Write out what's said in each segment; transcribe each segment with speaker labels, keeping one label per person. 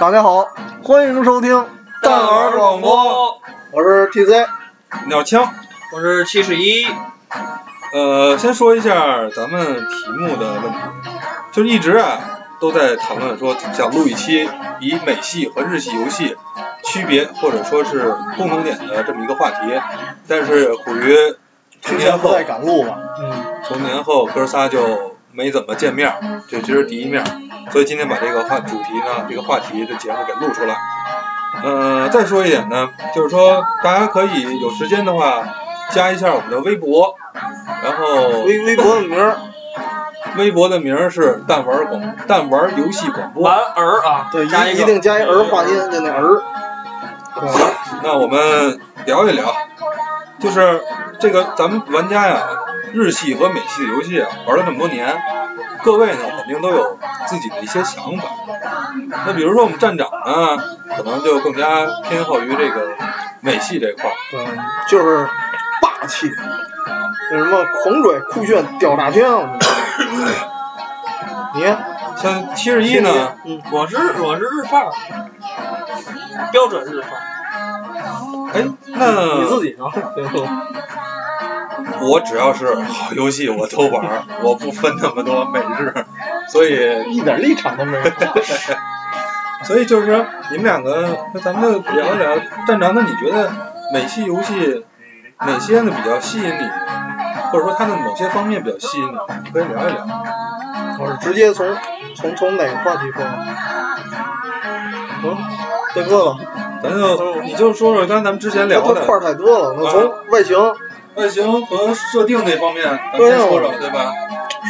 Speaker 1: 大家好，欢迎收听
Speaker 2: 蛋儿广，播，
Speaker 1: 我是 TC。
Speaker 2: 鸟枪。
Speaker 3: 我是七十一，
Speaker 2: 呃，先说一下咱们题目的问题，就是一直啊都在讨论说想录一期以美系和日系游戏区别或者说是共同点的这么一个话题，但是苦于
Speaker 1: 之
Speaker 2: 成年
Speaker 1: 前不
Speaker 2: 后
Speaker 1: 太敢录吧？
Speaker 3: 嗯，
Speaker 2: 成年后哥仨就没怎么见面儿，这这是第一面儿，所以今天把这个话主题呢，这个话题的节目给录出来。呃，再说一点呢，就是说大家可以有时间的话，加一下我们的微博，然后
Speaker 1: 微微博的名儿，
Speaker 2: 微博的名儿是“蛋玩广蛋玩游戏广播
Speaker 3: 玩儿啊，
Speaker 1: 对，
Speaker 3: 加一
Speaker 1: 一
Speaker 3: 个
Speaker 1: 一定加一儿化音的那儿。”。
Speaker 2: 行，嗯那我们聊一聊，就是这个咱们玩家呀，日系和美系的游戏啊，玩了这么多年，各位呢肯定都有自己的一些想法。那比如说我们站长呢，可能就更加偏好于这个美系这块儿。
Speaker 1: 对，就是霸气，那什么狂拽酷炫吊大枪。 你
Speaker 2: 像七十一呢，
Speaker 1: 嗯，
Speaker 3: 我是我是日范儿，标准日范儿。
Speaker 2: 哎，那
Speaker 3: 你自己
Speaker 1: 啊
Speaker 3: 呢？对
Speaker 2: 嗯我只要是好游戏我都玩儿，我不分那么多美日，所以
Speaker 1: 一点立场都 没有。哦
Speaker 2: 所以就是说，你们两个，那咱们聊一聊站长，那你觉得美系游戏哪些呢比较吸引你，或者说它的某些方面比较吸引你？你可以聊一聊。
Speaker 1: 我是直接从从从哪个话题说呢？嗯，
Speaker 2: 哦
Speaker 1: 这个吧，
Speaker 2: 咱就你就说说刚才咱们之前
Speaker 1: 这
Speaker 2: 聊
Speaker 1: 这块
Speaker 2: 的
Speaker 1: 儿太多了。
Speaker 2: 啊
Speaker 1: 那从外形，
Speaker 2: 外形和设定这方面，咱
Speaker 1: 对
Speaker 2: 先
Speaker 1: 啊
Speaker 2: 说说，对吧？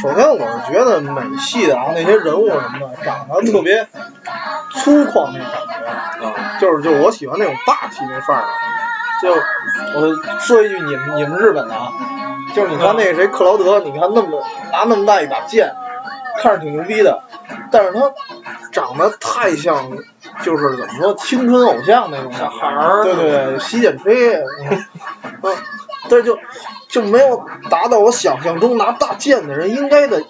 Speaker 1: 首先我是觉得美系的啊那些人物什么的，长得特别粗犷那种感觉。
Speaker 2: 啊，
Speaker 1: 就是就是我喜欢那种霸气那范儿的。就我说一句你们你们日本的啊，就是你看那个谁克劳德，你看那么拿那么大一把剑，看着挺牛逼的，但是他长得太像，就是怎么说青春偶像那种
Speaker 3: 小
Speaker 1: 感觉
Speaker 3: 孩儿
Speaker 1: 对对对，洗剪吹， 嗯，嗯但是就就没有达到我想象中拿大剑的人应该的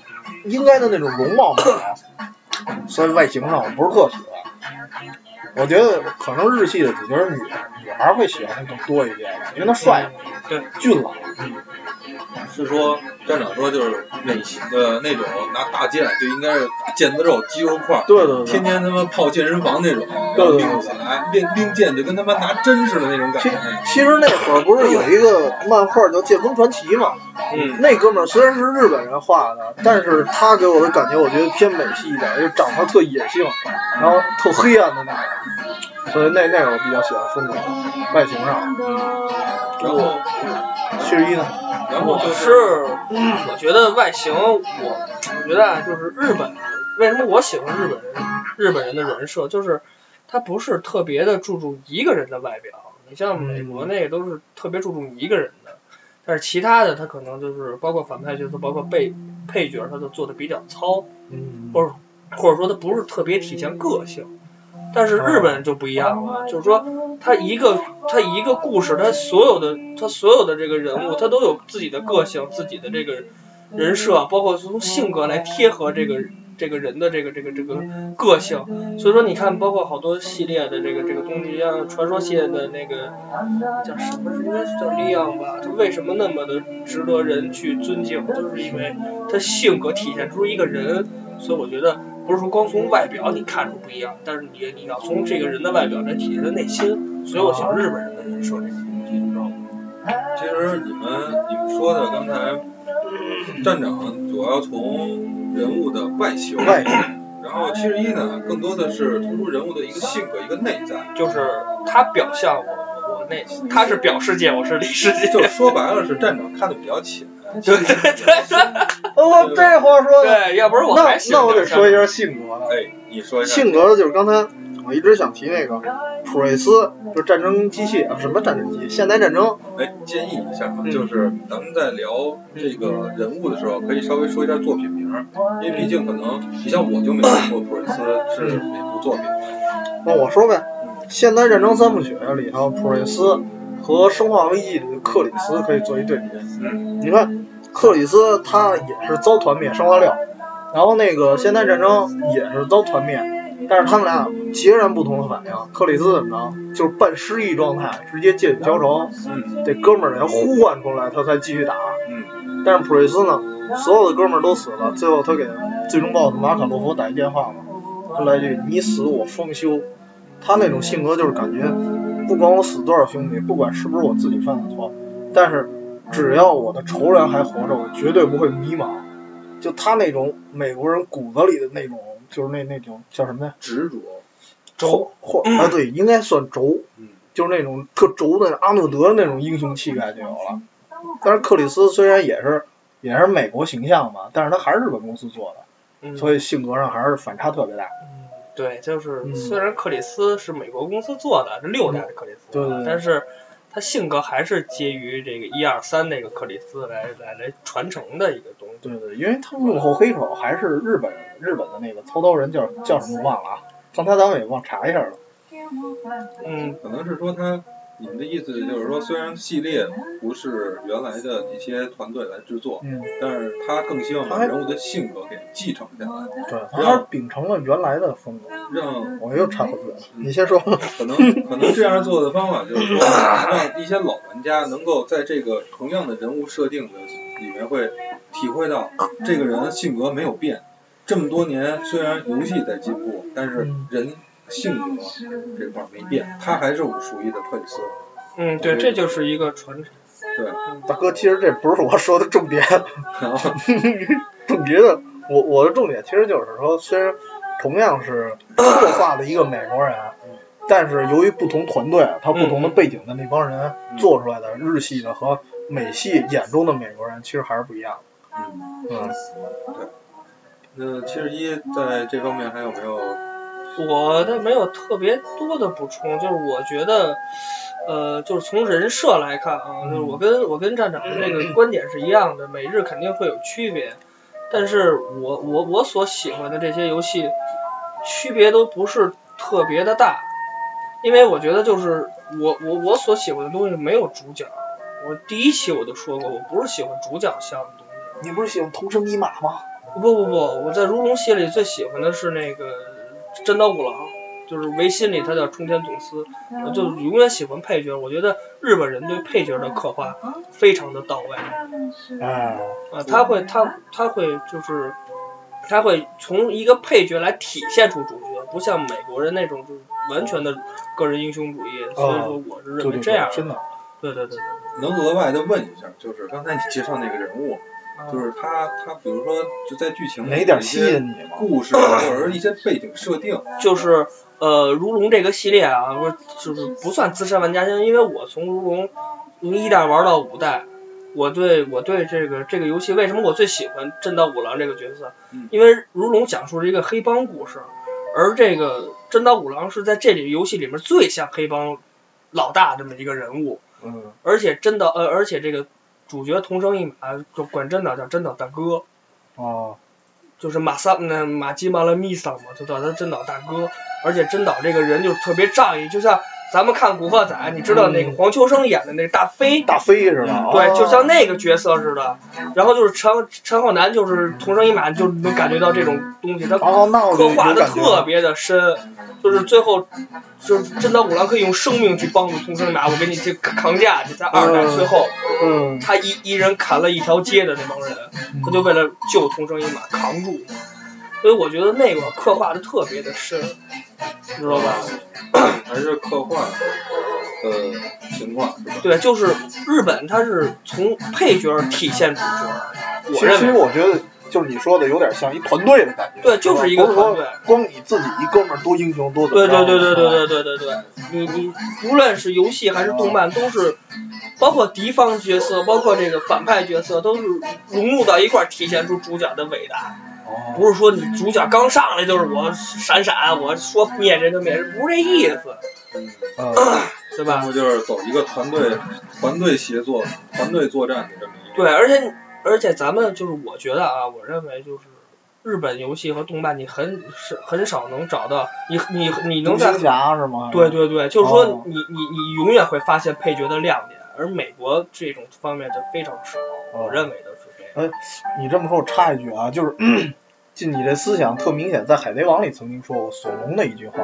Speaker 1: 应该的那种容貌美啊，所以外形上我不是特喜欢。我觉得可能日系的主角是女女孩会喜欢他更多一些，因为他帅，
Speaker 3: 对，
Speaker 1: 俊朗，
Speaker 2: 是说站长说就是美系的那种拿大剑就应该是腱子肉、肌肉块儿。
Speaker 1: 对对
Speaker 2: 天
Speaker 1: 对。
Speaker 2: 天他妈泡健身房那种，然
Speaker 1: 对
Speaker 2: 后
Speaker 1: 对
Speaker 2: 拎起来拎拎剑就跟他妈拿针似的那种感
Speaker 1: 其
Speaker 2: 觉。
Speaker 1: 其实那会儿不是有一个漫画叫《剑锋传奇》嘛，
Speaker 2: 嗯，
Speaker 1: 那哥们儿虽然是日本人画的，但是他给我的感觉，我觉得偏美系一点，就长得特野性，然后特黑暗的那种，所以那那个我比较喜欢风格，外形上。
Speaker 2: 然后
Speaker 1: 七十一呢？
Speaker 2: 然后
Speaker 3: 我
Speaker 2: 就是
Speaker 3: 我觉得外形，我我觉得啊，就是日本，为什么我喜欢日本人？日本人的人设就是他不是特别的注重一个人的外表，你像美国那个都是特别注重一个人的，但是其他的他可能就是包括反派角色，包括配配角，他都做的比较糙。
Speaker 1: 嗯
Speaker 3: 或者或者说它不是特别体现个性。但是日本就不一样了，就是说他一个他一个故事，他所有的他所有的这个人物，他都有自己的个性，自己的这个人设，包括从性格来贴合这个这个人的这个这个这个个性。所以说你看，包括好多系列的这个这个东西，像传说系列的那个叫什么，应该是叫利昂吧，他为什么那么的值得人去尊敬，就是因为他性格体现出一个人。所以我觉得不是说光从外表你看出不一样，但是你你要从这个人的外表来体现他内心。所以我喜欢日本人的人设这个东西，你知道吗？
Speaker 2: 其实你们你们说的刚才嗯站长主要从人物的外形，
Speaker 1: 外形，
Speaker 2: 然后七十一呢，更多的是突出人物的一个性格、一个内在。
Speaker 3: 就是他表象我，我我那他是表世界，我是里世界。
Speaker 2: 就说白了是站长看的比较浅，
Speaker 3: 对对对
Speaker 1: 哦，这话说的。
Speaker 3: 对，要不然我
Speaker 1: 那
Speaker 3: 还喜
Speaker 1: 那
Speaker 3: 欢
Speaker 1: 我得
Speaker 3: 表象
Speaker 1: 说一下性格了。
Speaker 2: 哎，你说一下
Speaker 1: 性格就是刚才我一直想提那个普锐斯，就是战争机器啊，什么战争机器？现代战争。
Speaker 2: 哎，建议一下啊，
Speaker 3: 嗯
Speaker 2: 就是咱们在聊这个人物的时候，可以稍微说一下作品名儿，因为毕竟可能你像我就没看过普瑞斯是哪部作品，
Speaker 1: 那我说呗，现代战争三部曲里头，普锐斯和生化危机里的克里斯可以做一对比。你看，克里斯他也是遭团灭生化六，然后那个现代战争也是遭团灭，但是他们俩截然不同的反应。克里斯怎么着，就是半失忆状态，直接借血消愁，
Speaker 2: 嗯
Speaker 1: 这哥们儿得呼唤出来，他才继续打。
Speaker 2: 嗯
Speaker 1: 但是普瑞斯呢，所有的哥们儿都死了，最后他给最终 BOSS 马卡洛夫打一电话嘛，他来句“你死我方休”，他那种性格就是感觉，不管我死多少兄弟，不管是不是我自己犯的错，但是只要我的仇人还活着，我绝对不会迷茫。就他那种美国人骨子里的那种，就是那那种叫什么呀？
Speaker 2: 执着，
Speaker 1: 轴或啊对，应该算轴，
Speaker 2: 嗯
Speaker 1: 就是那种特轴的阿诺德那种英雄气概就有了。但是克里斯虽然也是也是美国形象嘛，但是他还是日本公司做的，
Speaker 3: 嗯，
Speaker 1: 所以性格上还是反差特别大。
Speaker 3: 对，就是、
Speaker 1: 嗯
Speaker 3: 虽然克里斯是美国公司做的，是六代的克里斯啊，
Speaker 1: 对对对
Speaker 3: 但是他性格还是基于这个一二三那个克里斯来来来传承的一个东西。
Speaker 1: 对对，因为他们幕后黑手还是日本日本的那个操刀人叫叫什么忘了啊，刚才咱们也忘查一下了。
Speaker 3: 嗯，
Speaker 2: 可能是说他，你们的意思就是说，虽然系列不是原来的那些团队来制作，
Speaker 1: 嗯，
Speaker 2: 但是他更希望把人物的性格给继承下来，
Speaker 1: 对，他还是秉承了原来的风格。
Speaker 2: 让
Speaker 1: 我又插回去了，你先说。
Speaker 2: 可能可能这样做的方法就是说，让一些老玩家能够在这个同样的人物设定的里面会体会到这个人性格没有变。这么多年，虽然游戏在进步，但是人性格这块儿没变，他还是我属于的克里斯。
Speaker 3: 嗯，对，这就是一个传承。
Speaker 2: 对，
Speaker 1: 大哥，其实这不是我说的重点。
Speaker 2: 然后
Speaker 1: 重点的，我我的重点其实就是说，虽然同样是刻画的一个美国人，但是由于不同团队，他不同的背景的那帮人
Speaker 2: 嗯
Speaker 1: 做出来的日系的和美系眼中的美国人，其实还是不一样
Speaker 2: 嗯，
Speaker 1: 的。嗯，
Speaker 2: 那七十呃一在这方面还有没有？
Speaker 3: 我的没有特别多的补充，就是我觉得，呃，就是从人设来看啊，就是我跟我跟站长的这个观点是一样的，每日肯定会有区别，但是我我我所喜欢的这些游戏，区别都不是特别的大，因为我觉得就是我我我所喜欢的东西没有主角，我第一期我就说过，我不是喜欢主角向的东西。
Speaker 1: 你不是喜欢同生一马吗？
Speaker 3: 不不不，我在如龙系列里最喜欢的是那个真刀五郎，就是维新里他叫冲天总司，我就永远喜欢配角。我觉得日本人对配角的刻画非常的到位，
Speaker 1: 哎，
Speaker 3: 啊，他会他他会就是他会从一个配角来体现出主角，不像美国人那种就是完全的个人英雄主义。所以说，我是认
Speaker 1: 对
Speaker 3: 为
Speaker 1: 对
Speaker 3: 这
Speaker 1: 对
Speaker 3: 样，，
Speaker 1: 真的，
Speaker 3: 对对对，
Speaker 2: 能额外的问一下，就是刚才你介绍那个人物，
Speaker 3: 啊
Speaker 2: 就是他他比如说就在剧情里
Speaker 1: 哪点吸引你吗？
Speaker 2: 故事啊或者是一些背景设定，
Speaker 3: 啊就是呃，如龙这个系列啊，不是就是不算资深玩家，因为我从如龙从一代玩到五代，我对我对这个这个游戏为什么我最喜欢真刀五郎这个角色
Speaker 2: 嗯？
Speaker 3: 因为如龙讲述了一个黑帮故事，而这个真刀五郎是在这里游戏里面最像黑帮老大这么一个人物，
Speaker 1: 嗯，
Speaker 3: 而且真的呃，而且这个主角同生一马，就管真岛叫真岛大哥，
Speaker 1: 哦，
Speaker 3: 就是马萨那马基马拉米萨嘛，就叫他真岛大哥。而且真岛这个人就是特别仗义，就像咱们看《古惑仔》，你知道那个黄秋生演的那个大飞，
Speaker 1: 大飞似的，嗯哦
Speaker 3: 嗯对，就像那个角色似的。然后就是陈陈浩南，就是同生一马，就能感觉到这种东西，他
Speaker 1: 哦，那我就
Speaker 3: 刻
Speaker 1: 有
Speaker 3: 画
Speaker 1: 感
Speaker 3: 的
Speaker 1: 觉
Speaker 3: 特别的深，就是最后就是真岛五郎可以用生命去帮助同生一马，我给你去扛架去，在二代最后。
Speaker 1: 嗯，
Speaker 3: 他一一人砍了一条街的那帮人，他就为了救同生一马扛住，所以我觉得那个刻画的特别的深，你知道吧？
Speaker 2: 还是刻画的情况是吧？
Speaker 3: 对，就是日本他是从配角体现主角，
Speaker 1: 其
Speaker 3: 我
Speaker 1: 实其实
Speaker 3: 认为
Speaker 1: 我觉得就是你说的有点像一团队的感觉，
Speaker 3: 对，就是一个
Speaker 1: 不是说
Speaker 3: 团队。
Speaker 1: 光你自己一哥们儿多英雄多怎么
Speaker 3: 对
Speaker 1: 着
Speaker 3: 对对对对对对对对，你你无论是游戏还是动漫，都是包括敌方角色，包括这个反派角色，都是融入到一块儿，体现出主角的伟大。
Speaker 1: 哦，
Speaker 3: 不是说你主角刚上来就是我闪闪，我说灭人就灭人，不是这意思，
Speaker 2: 嗯，
Speaker 1: 嗯
Speaker 2: 要
Speaker 3: 对吧？
Speaker 2: 么就是走一个团队团队协作、团队作战的这么一个。
Speaker 3: 对，而且而且咱们就是我觉得啊，我认为就是日本游戏和动漫，你很是很少能找到你你你能
Speaker 1: 独
Speaker 3: 在
Speaker 1: 行侠是吗？
Speaker 3: 对对对，就是
Speaker 1: 哦
Speaker 3: 说你你你永远会发现配角的亮点，而美国这种方面就非常少，
Speaker 1: 哦
Speaker 3: 我认为的是这样。
Speaker 1: 你这么说，我插一句啊，就是 就你这思想特明显，在《海贼王》里曾经说过索隆的一句话，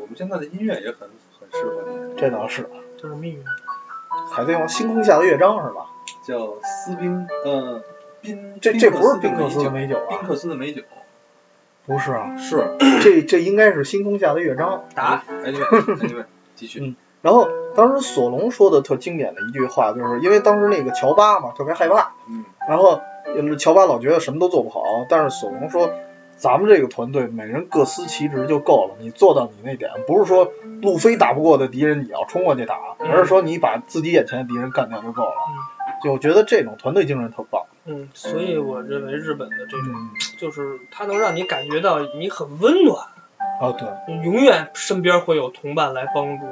Speaker 2: 我们现在的音乐也很很适合你，
Speaker 1: 这倒是
Speaker 3: 这是命运。
Speaker 1: 《海贼王》星空下的乐章是吧？
Speaker 2: 叫斯宾，呃，宾，
Speaker 1: 这这不是
Speaker 2: 宾
Speaker 1: 宾
Speaker 2: 克
Speaker 1: 克
Speaker 2: 斯
Speaker 1: 斯
Speaker 2: 的
Speaker 1: 的
Speaker 2: 美
Speaker 1: 美酒
Speaker 2: 酒，宾
Speaker 1: 啊，
Speaker 2: 克斯的美酒
Speaker 1: 不是啊，
Speaker 2: 是
Speaker 1: 这这应该是星空下的乐章。
Speaker 3: 答，
Speaker 2: 哎对，哎对，继续，
Speaker 1: 然后当时索隆说的特经典的一句话，就是因为当时那个乔巴嘛特别害怕，
Speaker 2: 嗯，
Speaker 1: 然后呃乔巴老觉得什么都做不好，但是索隆说，咱们这个团队每人各司其职就够了，你做到你那点，不是说路飞打不过的敌人你要冲过去打，
Speaker 3: 嗯
Speaker 1: 而是说你把自己眼前的敌人干掉就够了
Speaker 3: 嗯。
Speaker 1: 就我觉得这种团队精神特棒。
Speaker 3: 嗯，所以我认为日本的这
Speaker 1: 嗯
Speaker 3: 种，就是它能让你感觉到你很温暖，
Speaker 1: 哦对，
Speaker 3: 你永远身边会有同伴来帮助你，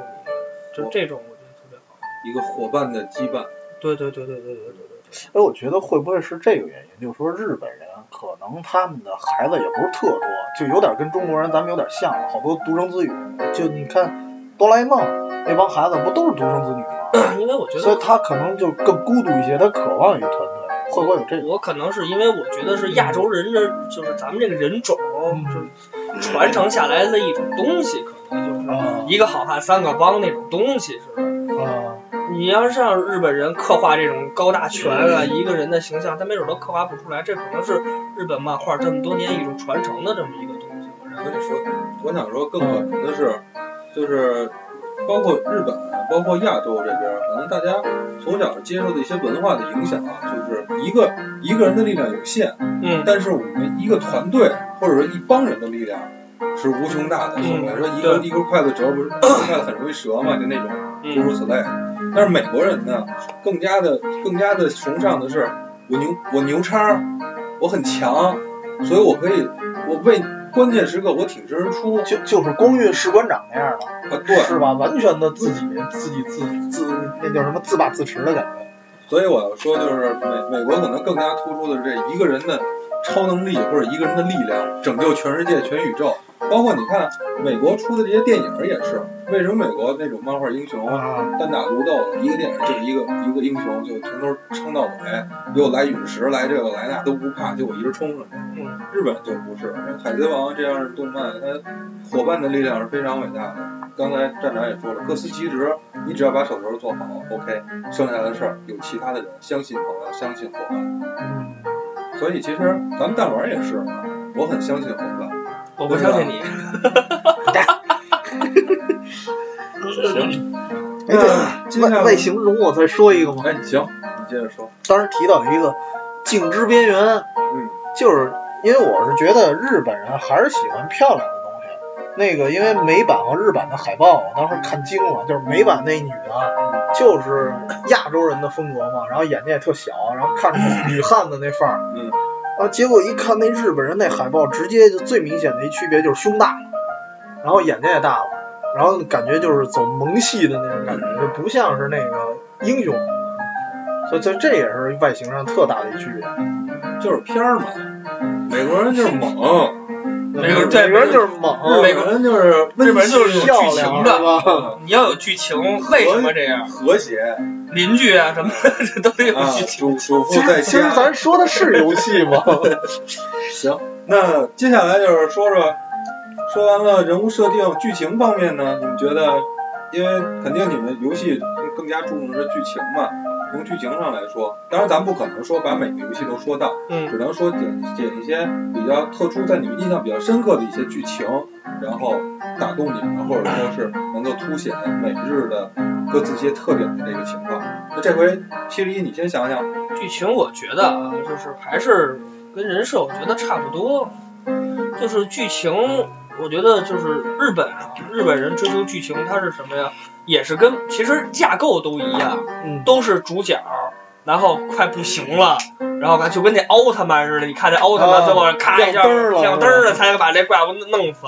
Speaker 3: 就这种我觉得特别好。
Speaker 2: 一个伙伴的羁绊，
Speaker 3: 对对对对对对对对
Speaker 1: 哎，我觉得会不会是这个原因？就是说日本人可能他们的孩子也不是特多，就有点跟中国人咱们有点像了，好多独生子女。就你看哆啦 A 梦那帮孩子不都是独生子女吗？
Speaker 3: 对，因为我觉
Speaker 1: 所以
Speaker 3: 得
Speaker 1: 他可能就更孤独一些，他渴望一个团队，会不会有这种？
Speaker 3: 我可能是因为我觉得是亚洲人的，就是咱们这个人种，就是传承下来的一种东西，可能就是
Speaker 1: 啊
Speaker 3: 一个好汉三个帮那种东西似的。
Speaker 1: 啊，
Speaker 3: 你要是让日本人刻画这种高大全啊一个人的形象，他没准都刻画不出来。这可能是日本漫画这么多年一种传承的这么一个东西。
Speaker 2: 我
Speaker 3: 我认为
Speaker 2: 跟你说，我想说更可能的是，就是包括日本，啊包括亚洲这边，可能大家从小接受的一些文化的影响啊，就是一个一个人的力量有限，
Speaker 3: 嗯，
Speaker 2: 但是我们一个团队或者说一帮人的力量是无穷大的。
Speaker 3: 嗯
Speaker 2: 我们说一个
Speaker 3: 对
Speaker 2: 一根筷子折不是筷子很容易折嘛，就那种
Speaker 3: 嗯
Speaker 2: 诸如此类。但是美国人呢，更加的更加的崇尚的是我牛我牛叉，我很强，所以我可以我为关键时刻我挺身而出啊，啊
Speaker 1: 就就是光月士官长那样的，
Speaker 2: 对。
Speaker 1: 是吧？完全的自己自己自自那叫什么自把自持的感觉。
Speaker 2: 所以我要说，就是美美国可能更加突出的是这一个人的超能力或者一个人的力量，拯救全世界、全宇宙。包括你看美国出的这些电影儿也是，为什么美国那种漫画英雄
Speaker 1: 啊，
Speaker 2: 单打独斗，一个电影就是一个一个英雄就从头撑到尾，又来陨石来这个来那都不怕，就我一人冲上去。
Speaker 3: 嗯，
Speaker 2: 日本就不是，海贼王这样的动漫，它伙伴的力量是非常伟大的。刚才站长也说了，各司其职，你只要把手头做好，OK，剩下的事儿有其他的人相信朋友，相信伙伴。
Speaker 1: 嗯，
Speaker 2: 所以其实咱们弹丸也是，我很相信伙伴。
Speaker 3: 我不相信你。
Speaker 2: 行，
Speaker 1: 哎
Speaker 2: 接
Speaker 1: 对，
Speaker 2: 下来
Speaker 1: 外外形容我再说一个嘛。
Speaker 2: 哎，行，你接着说。
Speaker 1: 当时提到一个镜之边缘，
Speaker 2: 嗯，
Speaker 1: 就是因为我是觉得日本人还是喜欢漂亮的东西。那个因为美版和日版的海报，我当时看惊了，就是美版那女的，就是亚洲人的风格嘛，然后眼睛也特小，然后看着女汉子那范儿。
Speaker 2: 嗯。
Speaker 1: 啊，结果一看那日本人那海报，直接就最明显的一区别就是胸大了，然后眼睛也大了，然后感觉就是走萌系的那种感觉，就不像是那个英雄。所以这这也是外形上特大的一区别。
Speaker 2: 就是片儿嘛，美国人就是猛。
Speaker 1: 美
Speaker 3: 国人
Speaker 1: 美国人就是猛，
Speaker 2: 日本人就是温
Speaker 3: 日本人就是
Speaker 2: 馨
Speaker 1: 漂
Speaker 3: 剧情
Speaker 1: 亮
Speaker 3: 的
Speaker 1: 是吧？
Speaker 3: 你要有剧情，为什么这样？
Speaker 2: 和谐
Speaker 3: 邻居啊什么的这都得有
Speaker 2: 啊
Speaker 3: 剧，
Speaker 2: 主
Speaker 3: 情。
Speaker 2: 主妇
Speaker 1: 其
Speaker 2: 在
Speaker 1: 实 其实
Speaker 2: 家。
Speaker 1: 咱说的是游戏吗？
Speaker 2: 行，那接下来就是说说，说完了人物设定、剧情方面呢，你们觉得，因为肯定你们游戏更加注重的是剧情嘛，从剧情上来说，当然咱不可能说把每个游戏都说到，
Speaker 3: 嗯
Speaker 2: 只能说点点一些比较特殊，在你们印象比较深刻的一些剧情，然后打动你们，或者说是能够凸显每日的各自一些特点的这个情况。那这回七十一，你先想想，
Speaker 3: 剧情我觉得啊，就是还是跟人设我觉得差不多，就是剧情，我觉得就是日本啊，日本人追求剧情，它是什么呀？也是跟其实架构都一样，
Speaker 1: 嗯，
Speaker 3: 都是主角，然后快不行了，然后就跟那奥特曼似的，你看那奥特曼
Speaker 1: 啊
Speaker 3: 最后咔一
Speaker 1: 亮
Speaker 3: 下
Speaker 1: 灯儿了
Speaker 3: 亮灯儿了，才把这怪物弄死。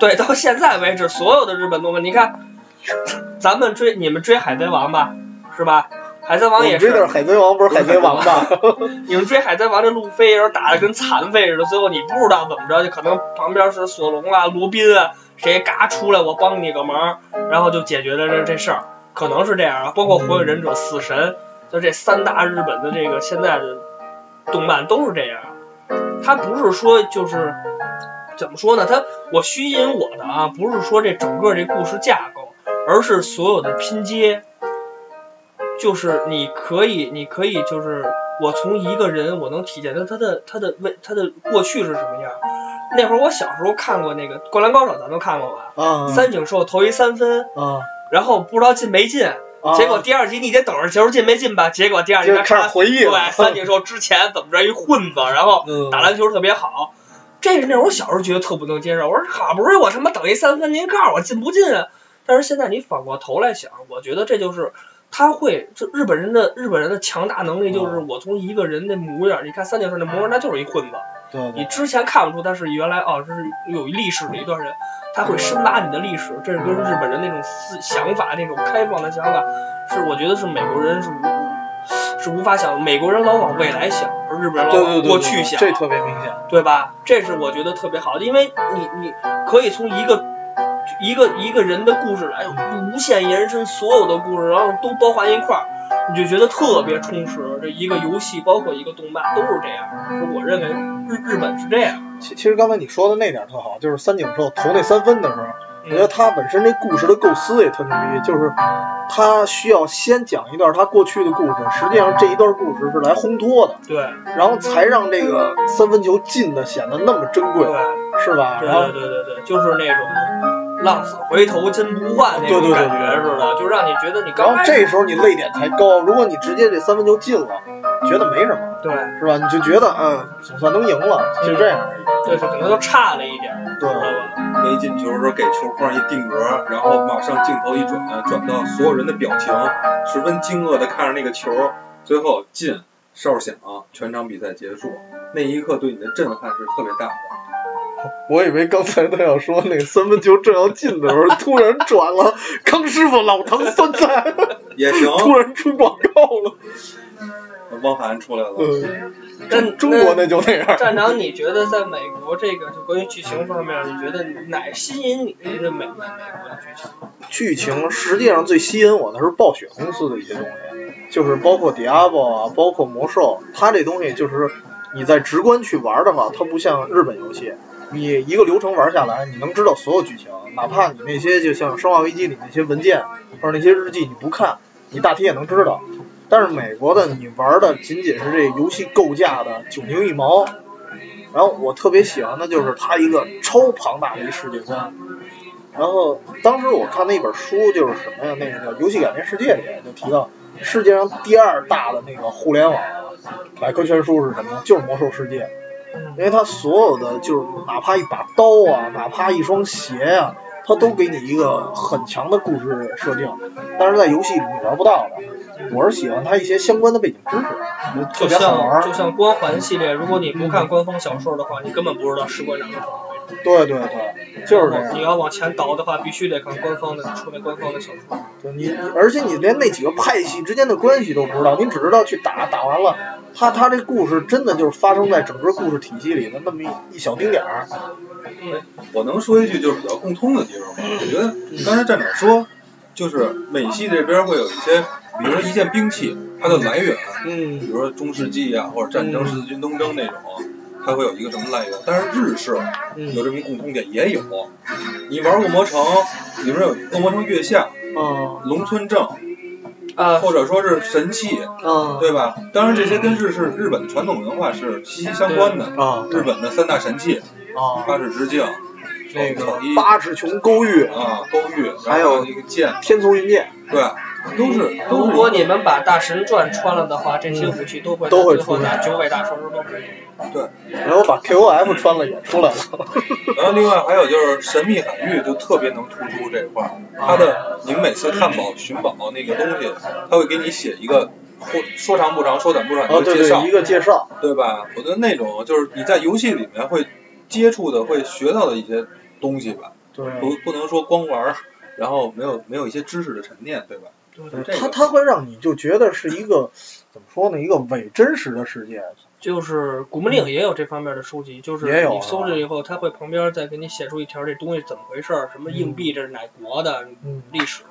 Speaker 3: 对，到现在为止，所有的日本动漫，你看，咱们追你们追海贼王吧，是吧？海贼
Speaker 1: 我
Speaker 3: 王也
Speaker 1: 们
Speaker 3: 是
Speaker 1: 这，点海贼王不是海贼王吧？
Speaker 3: 你们追海贼王这路飞，然后打的跟残废似的，最后你不知道怎么着，就可能旁边是索隆啊、罗宾啊，谁嘎出来我帮你个忙，然后就解决了这这事儿，可能是这样啊。包括火影忍者、死神，就这三大日本的这个现在的动漫都是这样。它不是说就是怎么说呢？它我吸引我的啊，不是说这整个这故事架构，而是所有的拼接，就是你可以，你可以就是我从一个人，我能体现到他的他的为他的过去是什么样。那会儿我小时候看过那个《灌篮高手》，咱都看过吧？
Speaker 1: 啊
Speaker 3: 三井寿投一三分，
Speaker 1: 啊，
Speaker 3: 然后不知道进没进，
Speaker 1: 啊
Speaker 3: 结果第二集你得等着球进没进吧？结果第二集
Speaker 1: 就
Speaker 3: 他
Speaker 1: 开始
Speaker 3: 看
Speaker 1: 回忆了
Speaker 3: 对，，三井寿之前怎么着一混子，然后
Speaker 1: 嗯
Speaker 3: 打篮球特别好。这个那会儿我小时候觉得特不能接受，我说好不容易我他妈等一三分，您告诉我进不进啊？但是现在你反过头来想，我觉得这就是他会，这日本人的日本人的强大能力
Speaker 1: 嗯
Speaker 3: 就是我从一个人的模样，你看三井寿那模样，他就是一混子，
Speaker 1: 对
Speaker 3: 你
Speaker 1: 对，
Speaker 3: 之前看不出他是原来哦，这是有历史的一段人，他会深挖你的历史，这是跟日本人那种思想法、那种开放的想法，是我觉得是美国人是无是无法想，美国人老往未来想，而日本人
Speaker 1: 对
Speaker 3: 老
Speaker 1: 对
Speaker 3: 往
Speaker 1: 对，
Speaker 3: 过
Speaker 1: 对
Speaker 3: 去想，
Speaker 1: 这特别明显，
Speaker 3: 对吧？这是我觉得特别好的，因为你你可以从一个一个一个人的故事，哎呦，无限延伸所有的故事，然后都包含一块儿，你就觉得特别充实。这一个游戏，包括一个动漫，都是这样。是我认为日日本是这样。
Speaker 1: 其其实刚才你说的那点儿特好，就是三井寿投那三分的时候，我觉
Speaker 3: 嗯
Speaker 1: 得他本身这故事的构思也特牛逼，就是他需要先讲一段他过去的故事，实际上这一段故事是来烘托的，
Speaker 3: 对
Speaker 1: 然后才让这个三分球进的显得那么珍
Speaker 3: 对
Speaker 1: 贵，是吧？
Speaker 3: 对
Speaker 1: 然后
Speaker 3: 对对对对，就是那种浪子回头金不换那
Speaker 1: 对对
Speaker 3: 种
Speaker 1: 对
Speaker 3: 感觉似的，就让你觉得你
Speaker 1: 然
Speaker 3: 刚
Speaker 1: 后
Speaker 3: 开始
Speaker 1: 这时候你泪点才高，如果你直接这三分球进了，觉得没什么，
Speaker 3: 对
Speaker 1: 是吧？你就觉得嗯，总算能赢了，就这样而已。
Speaker 3: 对是可能就差了一点儿，
Speaker 1: 对
Speaker 3: 知道吧？
Speaker 2: 没进球的时候给球框一定格，然后马上镜头一转，呃转到所有人的表情，十分惊愕的看着那个球，最后进，哨响，全场比赛结束。那一刻对你的震撼是特别大的。
Speaker 1: 我以为刚才他要说那个三分球正要进的时候，突然转了 康师傅老坛酸菜，
Speaker 2: 也行，
Speaker 1: 突然出广告了。
Speaker 2: 汪涵出来了。
Speaker 1: 嗯，
Speaker 3: 但
Speaker 1: 中国那就那样。
Speaker 3: 站长，你觉得在美国这个就关于剧情方面，你觉得哪吸引你的这美美国的剧情？
Speaker 1: 剧情实际上最吸引我的是暴雪公司的一些东西，就是包括 Diablo 啊，包括魔兽，它这东西就是你在直观去玩的话，它不像日本游戏，你一个流程玩下来，你能知道所有剧情，哪怕你那些就像《生化危机》里那些文件或者那些日记你不看，你大体也能知道。但是美国的你玩的仅仅是这游戏构架的九牛一毛。然后我特别喜欢的就是它一个超庞大的一世界观。然后当时我看那本书就是什么呀？那个叫《游戏改变世界》里就提到，世界上第二大的那个互联网百科全书是什么呀？就是《魔兽世界》，因为它所有的就是哪怕一把刀啊，哪怕一双鞋呀、它都给你一个很强的故事设定，但是在游戏里你玩不到的。我是喜欢它一些相关的背景知识，我觉得特
Speaker 3: 就
Speaker 1: 别好玩
Speaker 3: 像就
Speaker 1: 儿。
Speaker 3: 像光环系列，如果你不看官方小说的话，你根本不知道士官长是什么位置。
Speaker 1: 对对对，就是这样。
Speaker 3: 你要往前倒的话，必须得看官方的出那官方的小说。
Speaker 1: 就你，而且你连那几个派系之间的关系都不知道，你只知道去打，打完了，他他这故事真的就是发生在整个故事体系里的那么一一小丁点儿。
Speaker 3: 嗯，
Speaker 2: 我能说一句就是比较共通的地方吧，
Speaker 1: 嗯
Speaker 2: 我觉得刚才站长说，就是美系这边会有一些，比如说一件兵器，它的来源，比
Speaker 1: 嗯，
Speaker 2: 如说中世纪啊，或者战争、十字军东征那种，它会有一个什么来源。但是日式有
Speaker 1: 嗯，
Speaker 2: 这么一共通点，也有。你玩恶魔城，里面有恶魔城月下、
Speaker 1: 啊
Speaker 2: 龙村镇，
Speaker 1: 呃
Speaker 3: 啊，
Speaker 2: 或者说是神器，
Speaker 1: 啊
Speaker 2: 嗯对吧？当然这些跟日式日本的传统文化是息息相关的。
Speaker 1: 啊
Speaker 2: 日本的三大神器，
Speaker 1: 啊，
Speaker 2: 八尺之镜，
Speaker 1: 那
Speaker 2: 草
Speaker 1: 个
Speaker 2: 衣
Speaker 1: 八尺琼勾玉、
Speaker 2: 啊，勾玉，
Speaker 1: 还有
Speaker 2: 那个剑，
Speaker 1: 天从云剑，
Speaker 2: 对，都是都
Speaker 3: 如
Speaker 2: 是。
Speaker 3: 果你们把大神传穿了的话，这些武器都会
Speaker 1: 都会
Speaker 3: 最
Speaker 1: 出
Speaker 3: 后
Speaker 1: 来
Speaker 3: 打九尾大传说都会有。
Speaker 1: 然后把 KOF 穿了也出来了。
Speaker 2: 然后另外还有就是神秘海域就特别能突出这块儿，它的你每次探宝寻宝那个东西，它会给你写一个说说长不长，说短不短
Speaker 1: 啊，
Speaker 2: 一个
Speaker 1: 对
Speaker 2: 介绍
Speaker 1: 对，一，个介绍。
Speaker 2: 对吧？我觉得那种就是你在游戏里面会接触的、会学到的一些东西吧，
Speaker 1: 对，
Speaker 2: 不不能说光玩儿，然后没有没有一些知识的沉淀，对吧？
Speaker 3: 对
Speaker 2: 这个
Speaker 1: 它它会让你就觉得是一个怎么说呢，一个伪真实的世界。
Speaker 3: 就是古墓丽影也有这方面的书籍，就是
Speaker 1: 嗯也有
Speaker 3: 你搜
Speaker 1: 啊
Speaker 3: 着以后，它会旁边再给你写出一条这东西怎么回事儿，什么硬币这是哪国的
Speaker 1: 嗯，
Speaker 3: 历史，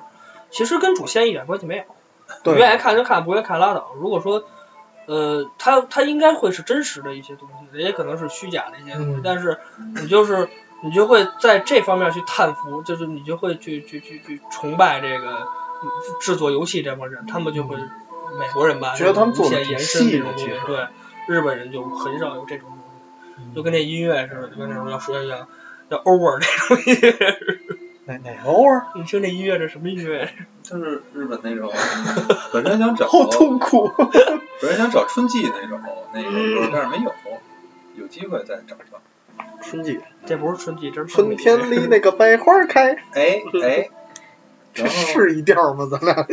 Speaker 3: 其实跟主线一点关系没有。你
Speaker 1: 对，
Speaker 3: 愿意看就看，不愿意看拉倒。如果说呃，它它应该会是真实的一些东西，也可能是虚假的一些东西，
Speaker 1: 嗯
Speaker 3: 但是你就是你就会在这方面去叹服，就是你就会去去去去崇拜这个嗯制作游戏这帮人，他们就会美国人吧，
Speaker 1: 嗯觉得他们
Speaker 3: 就无
Speaker 1: 做得
Speaker 3: 限
Speaker 1: 挺
Speaker 3: 延伸
Speaker 1: 细
Speaker 3: 这
Speaker 1: 的
Speaker 3: 种东
Speaker 1: 其
Speaker 3: 西
Speaker 1: 实，
Speaker 3: 对，日本人就很少有这种东西，
Speaker 1: 嗯
Speaker 3: 就跟那音乐似的，就跟那种要说一样。要 over 这种音乐，
Speaker 1: 哪哪个味儿？
Speaker 3: 你听这音乐这什么音乐？
Speaker 2: 就是日本那种， 本身想找
Speaker 1: 好痛苦。
Speaker 2: 哦 本身想找春季那种那个，
Speaker 1: 嗯
Speaker 2: 但是没有，有机会再找找。
Speaker 1: 春季，
Speaker 3: 这不是春季，这是
Speaker 1: 春天里那个百花开，
Speaker 2: 哎哎，
Speaker 1: 这
Speaker 2: 然后
Speaker 1: 是一调吗？咱俩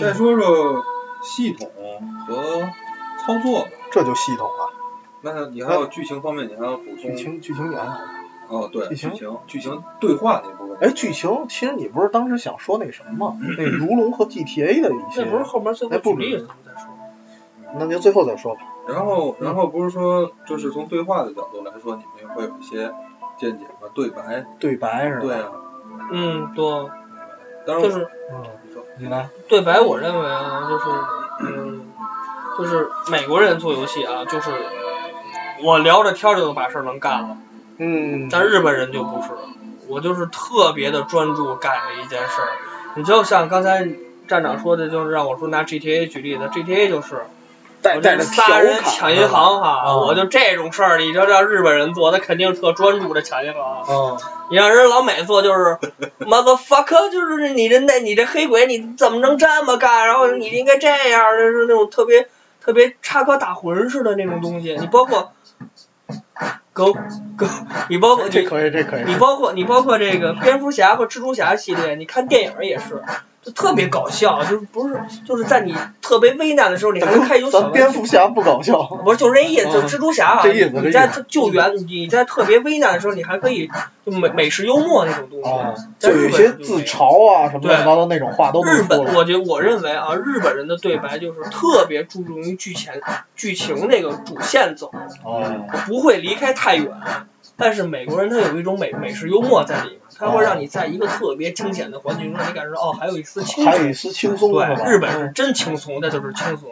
Speaker 2: 再说说系统和操作吧。
Speaker 1: 这就系统了。
Speaker 2: 那你还有剧情方面，你还要补
Speaker 1: 剧
Speaker 2: 充
Speaker 1: 情剧情源，
Speaker 2: 哦，对，
Speaker 1: 剧
Speaker 2: 剧
Speaker 1: 情
Speaker 2: 情剧情对话那部分。
Speaker 1: 哎，剧情其实你不是当时想说那什么吗？那如龙和 GTA 的一些
Speaker 3: 那，不是后面最后
Speaker 1: 哎不
Speaker 3: 举例子咱们再说。
Speaker 1: 那就最后再说吧。
Speaker 2: 然后，
Speaker 1: 嗯
Speaker 2: 然后不是说，就是从对话的角度来说，你们会有一些见解吗？对白，
Speaker 1: 对白是吧？
Speaker 2: 对啊。
Speaker 3: 嗯，多
Speaker 2: 当然
Speaker 3: 就
Speaker 2: 我，
Speaker 3: 是
Speaker 1: 嗯，
Speaker 2: 你说
Speaker 1: 你来，
Speaker 3: 对白，我认为啊，就是嗯，就是美国人做游戏啊，就是我聊着天儿就能把事儿能干了，
Speaker 1: 嗯，
Speaker 3: 但日本人就不是，我就是特别的专注干着一件事儿。你就像刚才站长说的，就是让我说拿 GTA 举例子，GTA 就是
Speaker 1: 带
Speaker 3: 我
Speaker 1: 带
Speaker 3: 这
Speaker 1: 着
Speaker 3: 仨人抢银行哈、
Speaker 1: 啊
Speaker 3: 我就这种事儿，你就让日本人做，他肯定特专注的抢银行。
Speaker 1: 啊，
Speaker 3: 你让人老美做就是 motherfucker，就是 你这那你这黑鬼你怎么能这么干？然后你应该这样，就是那种特别特别插科打诨似的那种东西。你包括狗狗，你包括
Speaker 1: 这
Speaker 3: 你
Speaker 1: 可以，这可以。
Speaker 3: 你包括你包括这个蝙蝠侠和蜘蛛侠系列，你看电影也是。就特别搞笑，就是不是就是在你特别危难的时候，你还能看有小
Speaker 1: 咱
Speaker 3: 玩笑
Speaker 1: 蝙蝠侠不搞 笑，
Speaker 3: 不是，就是这意思，就是蜘蛛侠啊，
Speaker 1: 这意思
Speaker 3: 你
Speaker 1: 这意
Speaker 3: 在
Speaker 1: 思
Speaker 3: 救援，你在特别危难的时候，你还可以就美美式幽默那种东西。
Speaker 1: 啊，就
Speaker 3: 在
Speaker 1: 有
Speaker 3: 日
Speaker 1: 一
Speaker 3: 本
Speaker 1: 些
Speaker 3: 就
Speaker 1: 自
Speaker 3: 没有
Speaker 1: 嘲啊什么乱七八糟那种话都
Speaker 3: 日
Speaker 1: 能说
Speaker 3: 本，
Speaker 1: 了。
Speaker 3: 我觉得我认为啊，日本人的对白就是特别注重于剧情，剧情那个主线走，
Speaker 1: 哦，
Speaker 3: 不会离开太远。但是美国人他有一种美美式幽默在里面，他会让你在一个特别惊险的环境中，让你感受到哦，还有一丝轻
Speaker 1: 还
Speaker 3: 松。
Speaker 1: 有一丝轻松是吧？
Speaker 3: 对，日本是真轻松，那就是轻松，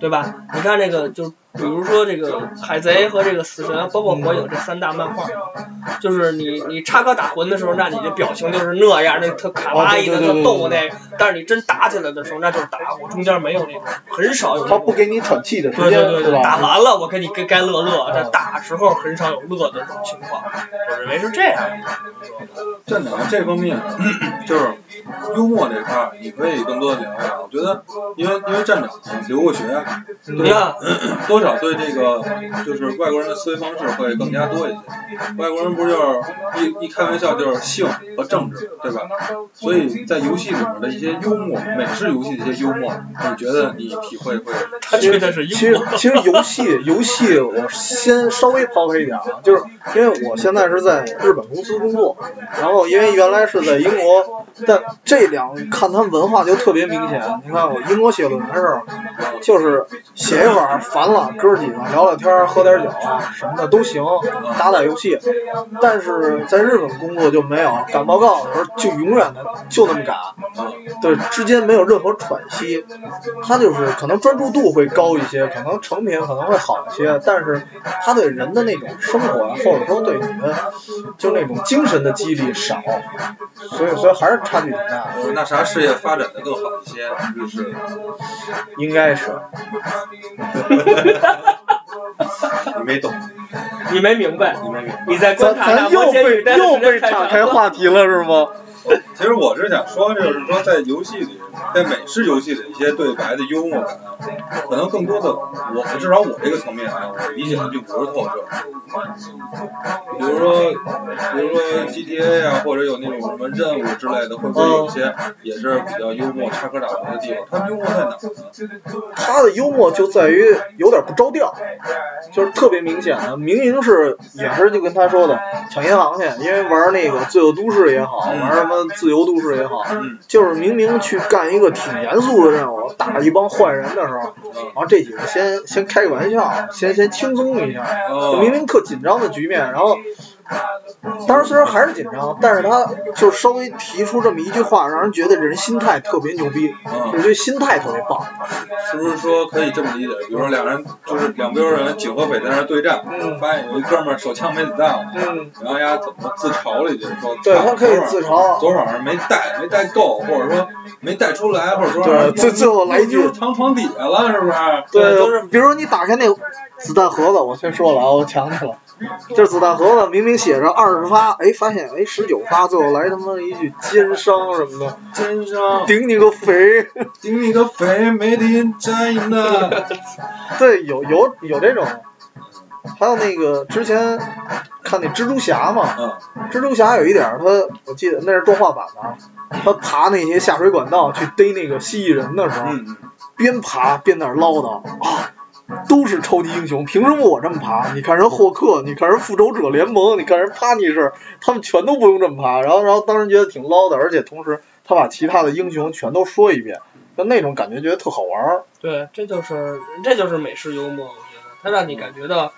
Speaker 3: 对吧？你看这个，就比如说这个海贼和这个死神，包括火影这三大漫画，就是你你插科打诨的时候，那你的表情就是那样，那特卡哇伊
Speaker 1: 哦
Speaker 3: 的、
Speaker 1: 对对对
Speaker 3: 特逗那，但是你真打起来的时候，那就是打，我中间没有那种，很少有那
Speaker 1: 他
Speaker 3: 种。
Speaker 1: 不给你喘气的时
Speaker 3: 对
Speaker 1: 间
Speaker 3: 对对
Speaker 1: 是
Speaker 3: 对，打
Speaker 1: 吧？
Speaker 3: 完了我跟你该该乐乐，但打时候很少有乐的这种情况，我认为是这样的。
Speaker 2: 站长这方面， 就是幽默这块儿，你可以更多的聊一聊。我觉得，因为因为站长留过学，啊
Speaker 3: 你看，
Speaker 2: 多少对这个就是外国人的思维方式会更加多一些。外国人不就是一一开玩笑就是性和政治，对吧？所以在游戏里面的一些幽默，美式游戏的一些幽默，你觉得你体会会？
Speaker 3: 他觉得是
Speaker 1: 其
Speaker 3: 幽
Speaker 1: 实
Speaker 3: 默。
Speaker 1: 其实游戏游戏，我先稍微抛开一点啊，就是因为我现在是在日本公司工作，然后因为原来是在英国，但这两看他们文化就特别明显。你看我英国写论文时候，就是写一会儿烦了，哥几个聊聊天儿，喝点酒啊什么的都行，打打游戏。但是在日本工作就没有，赶报告的时候就永远的就那么赶，呃对，之间没有任何喘息。他就是可能专注度会高一些，可能成品可能会好一些，但是他对人的那种生活啊，或者说对你的就那种精神的激励少，所以所以还是差距挺大的，
Speaker 2: 呃那啥事业发展的更好一些，就是
Speaker 1: 应该是。
Speaker 2: 你没懂，
Speaker 3: 你没明白，
Speaker 2: 你没明白。
Speaker 3: 你在观
Speaker 1: 咱
Speaker 3: 察
Speaker 1: 咱
Speaker 3: 大
Speaker 1: 又
Speaker 3: 摩天
Speaker 1: 被
Speaker 3: 女待的
Speaker 1: 又
Speaker 3: 时间
Speaker 1: 被
Speaker 3: 太
Speaker 1: 岔
Speaker 3: 长
Speaker 1: 开
Speaker 3: 了
Speaker 1: 话题了是吗？
Speaker 2: 其实我是想说，就是说在游戏里，在美式游戏里一些对白的幽默感，可能更多的我至少我这个层面啊，我理解的并不是透彻。比如说，比如说 GTA 啊，或者有那种什么任务之类的，会不会有一些也是比较幽默、插科打诨的地方？他们幽默在哪儿呢？
Speaker 1: 他的幽默就在于有点不着调，就是特别明显的，明明是也是就跟他说的抢银行去，因为玩那个《罪恶都市》也好，玩什么《自由都市》也好，
Speaker 2: 嗯，
Speaker 1: 就是明明去干一个挺严肃的任务，打一帮坏人的时候，然后这几个先先开个玩笑，先先轻松一下，
Speaker 2: 哦，
Speaker 1: 明明特紧张的局面，然后当时虽然还是紧张，但是他就稍微提出这么一句话，让人觉得这人心态特别牛逼，
Speaker 2: 嗯
Speaker 1: 我觉得心态特别棒。
Speaker 2: 是不是说可以这么理解？比如说两人就是两边人警和匪在那儿对战，
Speaker 1: 嗯
Speaker 2: 发现有一哥们儿手枪没子弹了，
Speaker 1: 嗯，
Speaker 2: 然后丫怎么自嘲了一句说，
Speaker 1: 对他可以自嘲
Speaker 2: 昨晚上没带没带够，或者说没带出来，或者说
Speaker 1: 对最最后来一句
Speaker 2: 妞儿藏床底下了，是不是？
Speaker 3: 对都是
Speaker 1: 比如说你打开那子弹盒子，我先说了啊，我强去了，这子弹盒子明明写着二十发，哎，发现哎十九发，最后来他妈一句奸商什么的，
Speaker 2: 肩 上
Speaker 1: 顶你个肥！
Speaker 2: 顶你个肥，没顶摘呢。
Speaker 1: 对，有有有这种，还有那个之前看那蜘蛛侠嘛，
Speaker 2: 嗯，
Speaker 1: 蜘蛛侠有一点儿，他我记得那是动画版的啊，他爬那些下水管道去逮那个蜥蜴人的时候，
Speaker 2: 嗯嗯，
Speaker 1: 边爬边在那儿唠叨啊，都是超级英雄，凭什么我这么爬？你看人霍克，你看人复仇者联盟，你看人帕尼士，他们全都不用这么爬。然后，然后当时觉得挺唠叨，而且同时他把其他的英雄全都说一遍，就那种感觉觉得特好玩儿。
Speaker 3: 对，这就是这就是美式幽默，我觉得它让你感觉到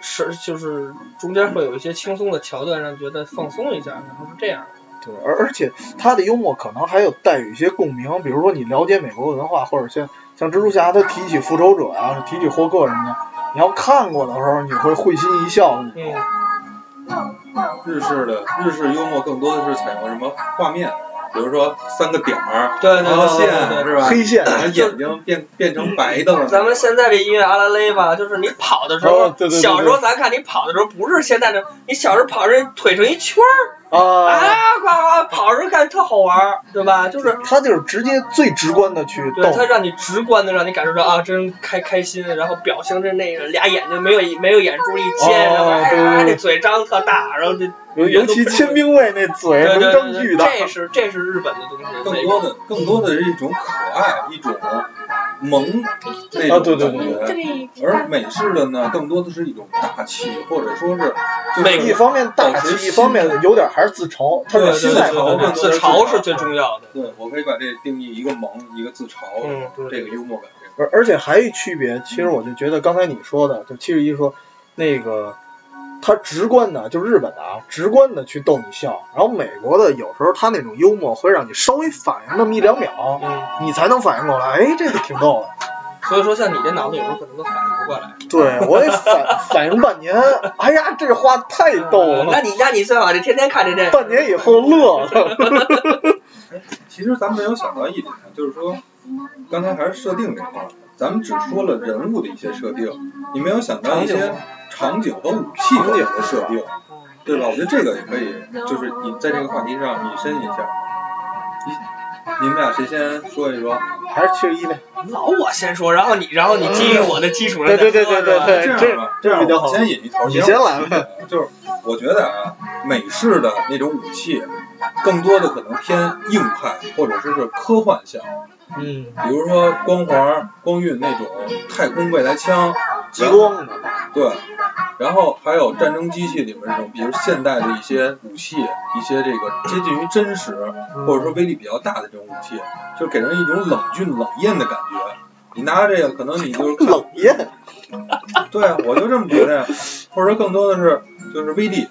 Speaker 3: 是就是中间会有一些轻松的桥段，让你觉得放松一下，然后是这样。
Speaker 1: 对，而而且他的幽默可能还有带有一些共鸣，比如说你了解美国文化，或者像像蜘蛛侠，他提起复仇者啊，提起霍克什么的，你要看过的时候，你会会心一笑。
Speaker 3: 嗯，
Speaker 2: 日式的日式幽默更多的是采用什么画面？比如说三个点儿，
Speaker 3: 对对
Speaker 2: 然后
Speaker 3: 对
Speaker 2: 线
Speaker 3: 对对
Speaker 2: 是吧？
Speaker 1: 黑线
Speaker 2: 然后眼睛变变成白的了。
Speaker 3: 咱们现在这音乐阿拉蕾吧，就是你跑的时候，
Speaker 1: 哦对对对
Speaker 3: 小时候咱看你跑的时候，不是现在这，你小时候跑这腿成一圈儿，
Speaker 1: 啊，
Speaker 3: 啊，呱呱跑着看特好玩儿，对吧？就是
Speaker 1: 他就是直接最直观的去
Speaker 3: 对
Speaker 1: 逗，
Speaker 3: 它让你直观的让你感受到啊，真开开心，然后表情真那个俩眼睛没有没有眼珠一尖，然后
Speaker 1: 哦对对
Speaker 3: 哎呀
Speaker 1: 对
Speaker 3: 那嘴张特大，然后这
Speaker 1: 尤尤其千兵卫那嘴
Speaker 3: 对
Speaker 1: 能
Speaker 3: 对对
Speaker 1: 张
Speaker 3: 对
Speaker 1: 巨大，
Speaker 3: 这是这是日本的东西，
Speaker 2: 更
Speaker 3: 美
Speaker 2: 多
Speaker 3: 国
Speaker 2: 的更多的是一种可爱，一种萌那
Speaker 1: 啊对
Speaker 2: 种
Speaker 1: 对
Speaker 2: 感
Speaker 1: 对
Speaker 2: 觉。而美式的呢，更多的是一种大气，或者说是
Speaker 3: 美
Speaker 2: 就是
Speaker 1: 一方面大
Speaker 2: 保持
Speaker 1: 气，一
Speaker 2: 心
Speaker 1: 方面有点还是自嘲，他
Speaker 3: 对
Speaker 1: 的
Speaker 3: 对
Speaker 1: 心
Speaker 3: 对
Speaker 1: 态
Speaker 2: 不
Speaker 1: 好
Speaker 2: 好
Speaker 3: 对，
Speaker 2: 看
Speaker 3: 自嘲是最重要的。
Speaker 2: 对，我可以把这定义一个萌，一个自嘲，
Speaker 3: 嗯，对
Speaker 2: 这个幽默感。
Speaker 1: 而而且还有一区别，其实我就觉得刚才你说的，就七十一说那个，他直观的，就日本的啊，直观的去逗你笑，然后美国的有时候他那种幽默会让你稍微反应那么一两秒，
Speaker 3: 嗯，
Speaker 1: 你才能反应过来，哎，这个挺逗的。
Speaker 3: 所以说像你这脑子有时候可能都反应不过来。
Speaker 1: 对我也反反应半年，哎呀，这话太逗
Speaker 3: 嗯那
Speaker 1: 了，
Speaker 3: 你那你最好就天天看着这。
Speaker 1: 半年以后乐了。
Speaker 2: 其实咱们没有想到一点，啊就是说，刚才还是设定这块儿，咱们只说了人物的一些设定，你没有想到一些场景和武器方面的设定，对吧？我觉得这个也可以，就是你在这个话题上引申一下。你你们俩谁先说一说？
Speaker 1: 还是七十一呗，
Speaker 3: 老我先说，然后你，然后你基于我的基础上
Speaker 1: 对对对
Speaker 3: 再说
Speaker 1: 对
Speaker 3: 是
Speaker 1: 对对，
Speaker 3: 吧
Speaker 2: 这样吧，
Speaker 1: 这
Speaker 2: 这
Speaker 1: 样比较
Speaker 2: 样
Speaker 1: 好
Speaker 2: 我。先引一头，
Speaker 1: 你先来呗。
Speaker 2: 就是我觉得啊，美式的那种武器，更多的可能偏硬派或者说是科幻向，
Speaker 1: 嗯，
Speaker 2: 比如说光环、光晕那种太空未来枪，
Speaker 1: 激光的，
Speaker 2: 对，然后还有战争机器里面这种，比如现代的一些武器，一些这个接近于真实
Speaker 1: 嗯
Speaker 2: 或者说威力比较大的这种武器，就给人一种冷峻冷艳的感觉。你拿这个，可能你就是 看
Speaker 1: 冷艳，
Speaker 2: 对啊，我就这么觉得呀。或者说更多的是就是威力，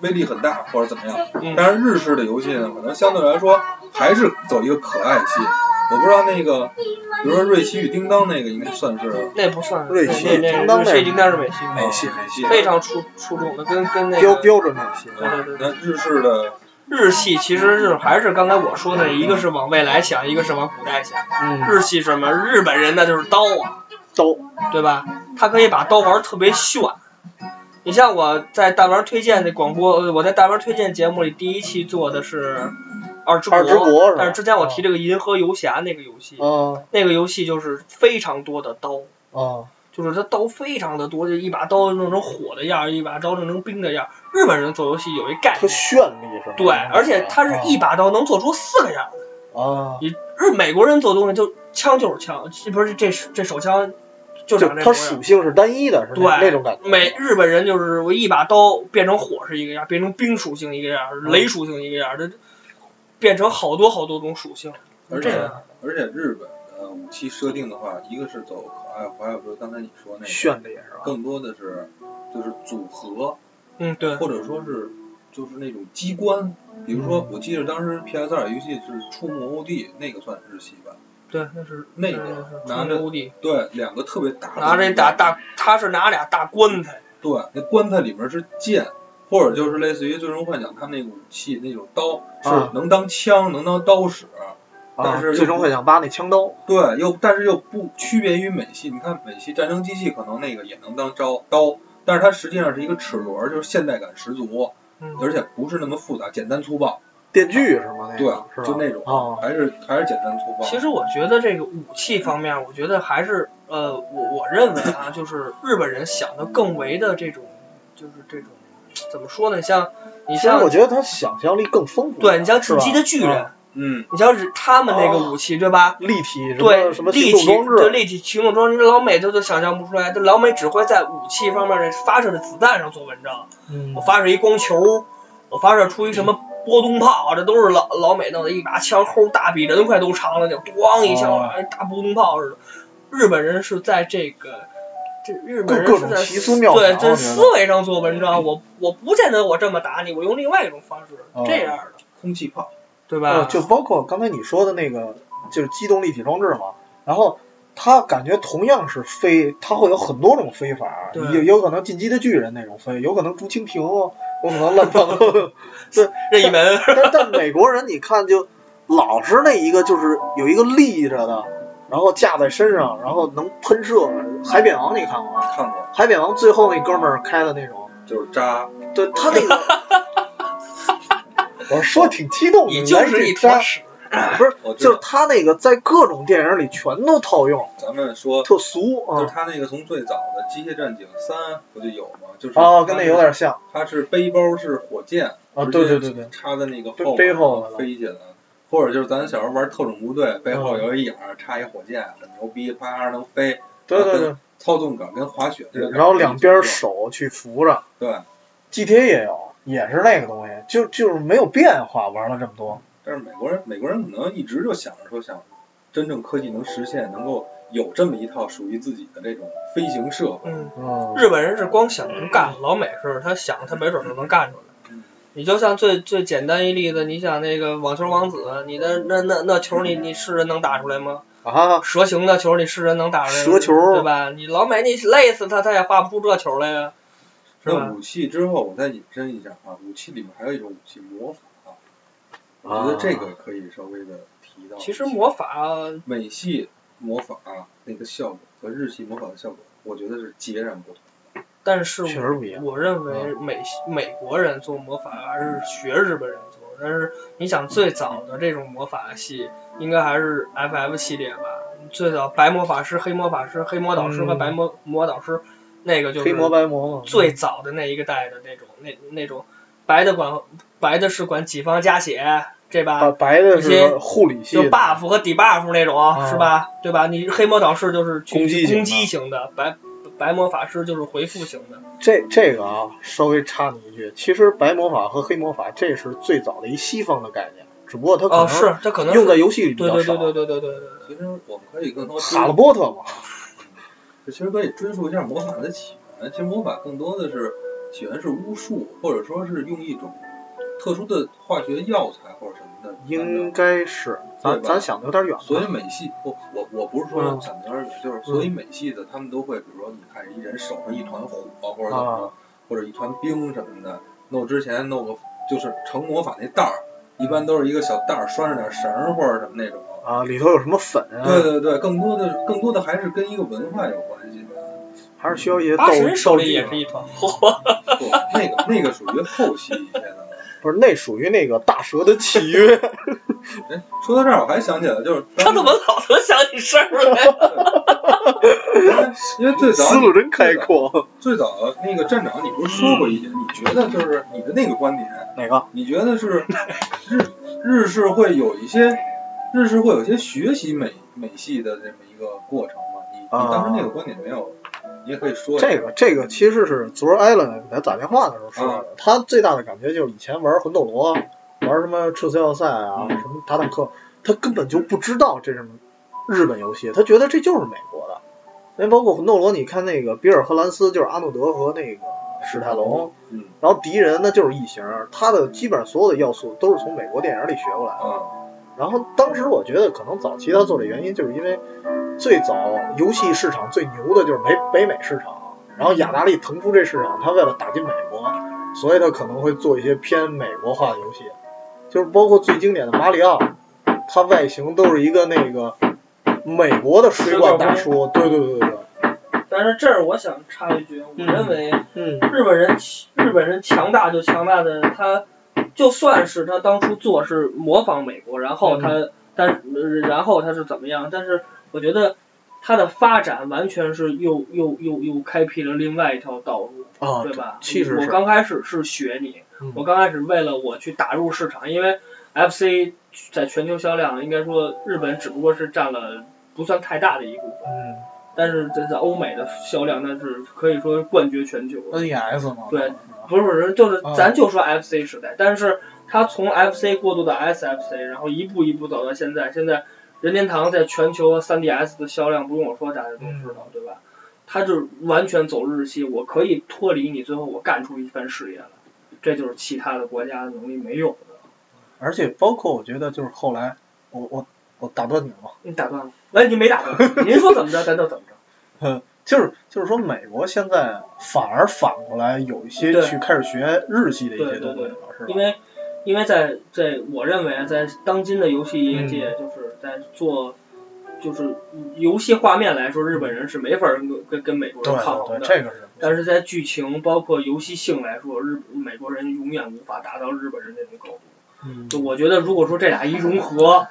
Speaker 2: 威力很大或者怎么样。
Speaker 3: 嗯
Speaker 2: 但是日式的游戏呢，可能相对来说还是走一个可爱系。我不知道那个，比如说《瑞奇与叮当》那个应该算是
Speaker 3: 那不算
Speaker 1: 瑞奇
Speaker 3: 那那
Speaker 1: 叮
Speaker 3: 那
Speaker 1: 当
Speaker 3: 瑞
Speaker 1: 那
Speaker 3: 奇应该是美系，
Speaker 2: 美系美系。
Speaker 3: 非
Speaker 1: 嗯
Speaker 3: 常出出众的，跟跟那
Speaker 1: 标
Speaker 3: 个
Speaker 1: 标准美系。
Speaker 3: 对对对
Speaker 2: 那日式的
Speaker 3: 日系其实是还是刚才我说的，一个是往未来想，一个是往古代想。
Speaker 1: 嗯，
Speaker 3: 日系是什么？日本人那就是刀啊，
Speaker 1: 刀。
Speaker 3: 对吧？他可以把刀玩得特别炫。你像我在大丸推荐的广播，呃我在大丸推荐节目里第一期做的是二之国，
Speaker 1: 二之国是吧哦
Speaker 3: 但是之前我提这个银河游侠那个游戏，
Speaker 1: 啊
Speaker 3: 那个游戏就是非常多的刀，
Speaker 1: 啊，
Speaker 3: 就是它刀非常的多，就一把刀弄成火的样儿，一把刀弄成冰的样儿。日本人做游戏有一概
Speaker 1: 特
Speaker 3: 念，
Speaker 1: 绚丽是吧？
Speaker 3: 对，而且它
Speaker 2: 哦
Speaker 3: 是一把刀能做出四个样儿。
Speaker 1: 啊，
Speaker 3: 你日美国人做东西就枪就是枪，不是这这手枪就
Speaker 1: 就
Speaker 3: 长这
Speaker 1: 它
Speaker 3: 模样
Speaker 1: 属。性是单一的，是吧？
Speaker 3: 对
Speaker 1: 那种感觉。
Speaker 3: 美日本人就是我一把刀变成火是一个样儿，变成冰属性一个样儿，
Speaker 1: 嗯
Speaker 3: 雷属性一个样儿，这变成好多好多种属性。
Speaker 2: 而
Speaker 3: 这
Speaker 2: 且
Speaker 3: 样
Speaker 2: 而且日本的武器设定的话，一个是走可爱，还有说刚才你说那个，
Speaker 1: 绚丽是吧？
Speaker 2: 更多的是就是组合
Speaker 3: 嗯，对，
Speaker 2: 或者说是就是那种机关，比如说我记得当时 PS 二游戏是出魔物地，那个算日系吧？
Speaker 3: 对，那是
Speaker 2: 那个
Speaker 3: 是
Speaker 2: 拿
Speaker 3: 冲
Speaker 2: 着
Speaker 3: 无敌，
Speaker 2: 对，两个特别大的
Speaker 3: 嗯拿着打大，他是拿俩大棺材，
Speaker 2: 对，那棺材里面是剑，或者就是类似于《最终幻想》他们那个武器那种刀，
Speaker 1: 啊
Speaker 2: 是能当枪，能当刀使。但
Speaker 1: 啊，
Speaker 2: 是
Speaker 1: 最终幻想八那枪刀，
Speaker 2: 对，又但是又不区别于美系，你看美系战争机器可能那个也能当招刀，但是它实际上是一个齿轮，就是现代感十足，
Speaker 3: 嗯，
Speaker 2: 而且不是那么复杂，简单粗暴。
Speaker 1: 电锯是吗？那
Speaker 2: 对
Speaker 3: 哎
Speaker 1: 个，是吧？
Speaker 2: 就那种
Speaker 1: 啊，
Speaker 2: 还是还是简单粗暴。
Speaker 3: 其实我觉得这个武器方面，我觉得还是呃，我我认为啊，就是日本人想的更为的这种，就是这种怎么说呢？像你
Speaker 1: 其实我
Speaker 3: 像
Speaker 1: 觉得他想象力更丰富。
Speaker 3: 对你像
Speaker 1: 是
Speaker 3: 进
Speaker 1: 吧
Speaker 3: 击的巨人，
Speaker 1: 啊
Speaker 2: 嗯，
Speaker 3: 你像是他们那个武器对吧？
Speaker 1: 立体哦什
Speaker 3: 对
Speaker 1: 么什么
Speaker 3: 立
Speaker 1: 行
Speaker 3: 体
Speaker 1: 动装
Speaker 3: 对
Speaker 1: 置，
Speaker 3: 立体行动装置，老美他都想象不出来，这老美只会在武器方面的发射的子弹上做文章。
Speaker 1: 嗯
Speaker 3: 我发射一光球，我发射出一什么波动炮，啊这都是老老美弄的，一把枪齁大比人快都长了，就咣一枪，
Speaker 1: 哦
Speaker 3: 大波动炮似的。日本人是在这个。这日本
Speaker 1: 各
Speaker 3: 人
Speaker 1: 各
Speaker 3: 是
Speaker 1: 种
Speaker 3: 在
Speaker 1: 奇思妙
Speaker 3: 对
Speaker 1: 想
Speaker 3: 在
Speaker 1: 我觉得
Speaker 3: 思维上做文章，我我不见得我这么打你，我用另外一种方式，
Speaker 1: 哦
Speaker 3: 这样的，
Speaker 2: 空气炮，
Speaker 3: 对吧？
Speaker 1: 呃，就包括刚才你说的那个，就是机动立体装置嘛。然后它感觉同样是飞，它会有很多种飞法，
Speaker 3: 对
Speaker 1: 有有可能进击的巨人那种飞，有可能竹蜻蜓，有可能乱撞。对，
Speaker 3: 任意门，
Speaker 1: 但但美国人你看就老是那一个，就是有一个立着的，然后架在身上，然后能喷射。海扁王你看过吗？
Speaker 2: 看过，
Speaker 1: 海扁王最后那哥们儿开的那种，
Speaker 2: 就是扎，
Speaker 1: 对他那 个。我说挺激动的，
Speaker 3: 你就是一坨
Speaker 1: 扎，
Speaker 3: 屎。
Speaker 1: 不是
Speaker 2: 我知
Speaker 1: 就是
Speaker 2: 道。
Speaker 1: 他那个在各种电影里全都套用，
Speaker 2: 咱们说，
Speaker 1: 特俗
Speaker 2: 就
Speaker 1: 啊
Speaker 2: 是他那个从最早的《机械战警三》不就有吗？就是
Speaker 1: 啊，
Speaker 2: 它
Speaker 1: 跟那
Speaker 2: 是
Speaker 1: 有点像
Speaker 2: 它是背包是火箭
Speaker 1: 啊，
Speaker 2: 直
Speaker 1: 对对
Speaker 2: 接
Speaker 1: 对对，
Speaker 2: 插在那个
Speaker 1: 背
Speaker 2: 后
Speaker 1: 背后了
Speaker 2: 飞起来，或者就是咱小时候玩特种部队，背后
Speaker 1: 嗯
Speaker 2: 有一眼儿插一火箭，很牛逼，啪能飞，
Speaker 1: 对对
Speaker 2: 操纵感跟滑雪这
Speaker 1: 对，
Speaker 2: 个
Speaker 1: 然后两边手去扶着
Speaker 2: 对，
Speaker 1: ，GTA 也有，也是那个东西，就就是没有变化，玩了这么多，
Speaker 2: 但是美国人美国人可能一直就想着说想真正科技能实现，能够有这么一套属于自己的这种飞行设备，
Speaker 3: 嗯，
Speaker 1: 嗯，
Speaker 3: 日本人是光想能干，老美是他想他没准就能干出来
Speaker 2: 嗯。
Speaker 3: 你就像最最简单一例子，你想那个网球王子，你的那那那球你你是人能打出来吗？
Speaker 1: 啊，
Speaker 3: 蛇形的球你是人能打出来吗？
Speaker 1: 蛇球
Speaker 3: 对吧？你老美你累死他，他也画不出这球来呀，是
Speaker 2: 那
Speaker 3: 吧？
Speaker 2: 武器之后，我再引申一下啊，武器里面还有一种武器魔法，啊我觉得这个可以稍微的提到一下。
Speaker 3: 其实魔法
Speaker 2: 美系魔法、啊那个效果和日系魔法的效果，我觉得是截然不同。
Speaker 3: 但是
Speaker 1: 确实不一样
Speaker 3: 我认为
Speaker 1: 嗯
Speaker 3: 美美国人做魔法还是学日本人做，但是你想最早的这种魔法系，应该还是 FF 系列吧？最早白魔法师、黑魔法师、黑魔导师和
Speaker 1: 嗯
Speaker 3: 白魔魔导师，那个就
Speaker 1: 黑魔
Speaker 3: 是
Speaker 1: 白魔嘛，
Speaker 3: 最早的那一个代的那种那那种白的管白的是管己方加血，这
Speaker 1: 白
Speaker 3: 吧？
Speaker 1: 白的
Speaker 3: 一些
Speaker 1: 是护理哦系
Speaker 3: 就
Speaker 1: 的哦
Speaker 3: buff 和 debuff 那种、是吧？对吧？你黑魔导师就是去
Speaker 1: 攻击型的
Speaker 3: 攻击型的，白白魔法师就是回复型的。
Speaker 1: 这这个啊，稍微插你一句，其实白魔法和黑魔法这是最早的一西方的概念，只不过它可
Speaker 3: 哦，
Speaker 1: 能
Speaker 3: 是，这可能是
Speaker 1: 用在游戏里比
Speaker 3: 对
Speaker 1: 较
Speaker 3: 对
Speaker 1: 少
Speaker 3: 对。对对对对对对。
Speaker 2: 其实我们可以更多追
Speaker 1: 哈利波特嘛，
Speaker 2: 其实可以追溯一下魔法的起源。其实魔法更多的是起源是巫术，或者说是用一种特殊的化学药材或者什么的。
Speaker 1: 应该是，
Speaker 2: 对
Speaker 1: 咱
Speaker 2: 吧
Speaker 1: 咱想的有点远了。
Speaker 2: 所以美系不，我我不是说
Speaker 1: 嗯
Speaker 2: 想的有点远，就是所以美系的他们都会，比如说你看一人手上一团火或者怎么
Speaker 1: 啊
Speaker 2: 着，或者一团冰什么的，弄之前弄个就是成魔法那袋儿，一般都是一个小袋儿拴着点绳儿或者什么那种。
Speaker 1: 啊，里头有什么粉啊？
Speaker 2: 对对对，更多的更多的还是跟一个文化有关系的。
Speaker 1: 还是需要一些斗
Speaker 3: 八神手
Speaker 1: 斗
Speaker 3: 里
Speaker 1: 技
Speaker 3: 也
Speaker 1: 嘛
Speaker 3: 是一团火，
Speaker 2: 不，那个那个属于后期一些的了。
Speaker 1: 不是那属于那个大蛇的契约，
Speaker 2: 哎，说到这儿，我还想起来，就是
Speaker 3: 他
Speaker 2: 当
Speaker 3: 怎
Speaker 2: 时
Speaker 3: 么老能想起事儿来？
Speaker 2: 因为 最早
Speaker 1: 思路真开阔。
Speaker 2: 最早那个站长，你不是说过一点？你觉得就是你的那个观点，
Speaker 1: 哪个？
Speaker 2: 你觉得是日日式会有一些日式会有一些学习美美系的这么一个过程吗？你你当时那个观点没有？你也可以说一下
Speaker 1: 啊这个这个其实是昨儿艾伦给他打电话的时候说
Speaker 2: 嗯
Speaker 1: 的，他最大的感觉就是以前玩魂斗罗，玩什么赤色要塞啊，
Speaker 2: 嗯
Speaker 1: 什么塔坦克，他根本就不知道这是日本游戏，他觉得这就是美国的。因为包括魂斗罗，你看那个比尔和兰斯就是阿诺德和那个史泰龙，
Speaker 2: 嗯
Speaker 1: 然后敌人呢就是异形，他的基本上所有的要素都是从美国电影里学过来的。
Speaker 2: 啊
Speaker 1: 然后当时我觉得可能早期他做的原因，就是因为最早游戏市场最牛的就是美北美市场，然后雅达利腾出这市场，他为了打进美国，所以他可能会做一些偏美国化的游戏，就是包括最经典的马里奥，它外形都是一个那个美国的水管大叔，对对对对对，
Speaker 3: 但是这儿我想插一句，我
Speaker 1: 嗯
Speaker 3: 认为
Speaker 1: 嗯
Speaker 3: 日本人起日本人强大就强大的他，就算是他当初做是模仿美国，然后他、但呃然后他是怎么样？但是我觉得他的发展完全是又又又又开辟了另外一条道路，
Speaker 1: 啊，
Speaker 3: 对吧？
Speaker 1: 气势
Speaker 3: 我
Speaker 1: 是
Speaker 3: 刚开始是学你，
Speaker 1: 嗯
Speaker 3: 我刚开始为了我去打入市场，因为 FC 在全球销量应该说日本只不过是占了不算太大的一部分。
Speaker 1: 嗯
Speaker 3: 但是这在欧美的销量，那是可以说冠绝全球。
Speaker 1: ，NES 嘛，
Speaker 3: 对不是不是，就是
Speaker 1: 啊
Speaker 3: 咱就说 FC 时代，但是它从 FC 过渡到 SFC，然后一步一步走到现在，现在任天堂在全球 3DS 的销量不用我说，大家都知道，对吧？它就完全走日系，我可以脱离你，最后我干出一番事业来，这就是其他的国家的能力没有的。
Speaker 1: 而且包括我觉得就是后来，我我我打断你了嘛。
Speaker 3: 你打断了，喂，哎你没打断，您说怎么着，咱就怎么着。
Speaker 1: 就是就是说，美国现在反而反过来有一些
Speaker 3: 对
Speaker 1: 去开始学日系的一些
Speaker 3: 对对
Speaker 1: 东西
Speaker 3: 对
Speaker 1: 了，是吧？
Speaker 3: 因为因为在在我认为啊在当今的游戏业
Speaker 1: 嗯
Speaker 3: 界，就是在做、就是游戏画面来说，日本人是没法跟跟跟美国
Speaker 1: 对
Speaker 3: 人抗
Speaker 1: 对对，
Speaker 3: 衡的。
Speaker 1: 这个是。
Speaker 3: 但是在剧情包括游戏性来说，日美国人永远无法达到日本人那种高度。
Speaker 1: 嗯
Speaker 3: 就我觉得，如果说这俩一融合，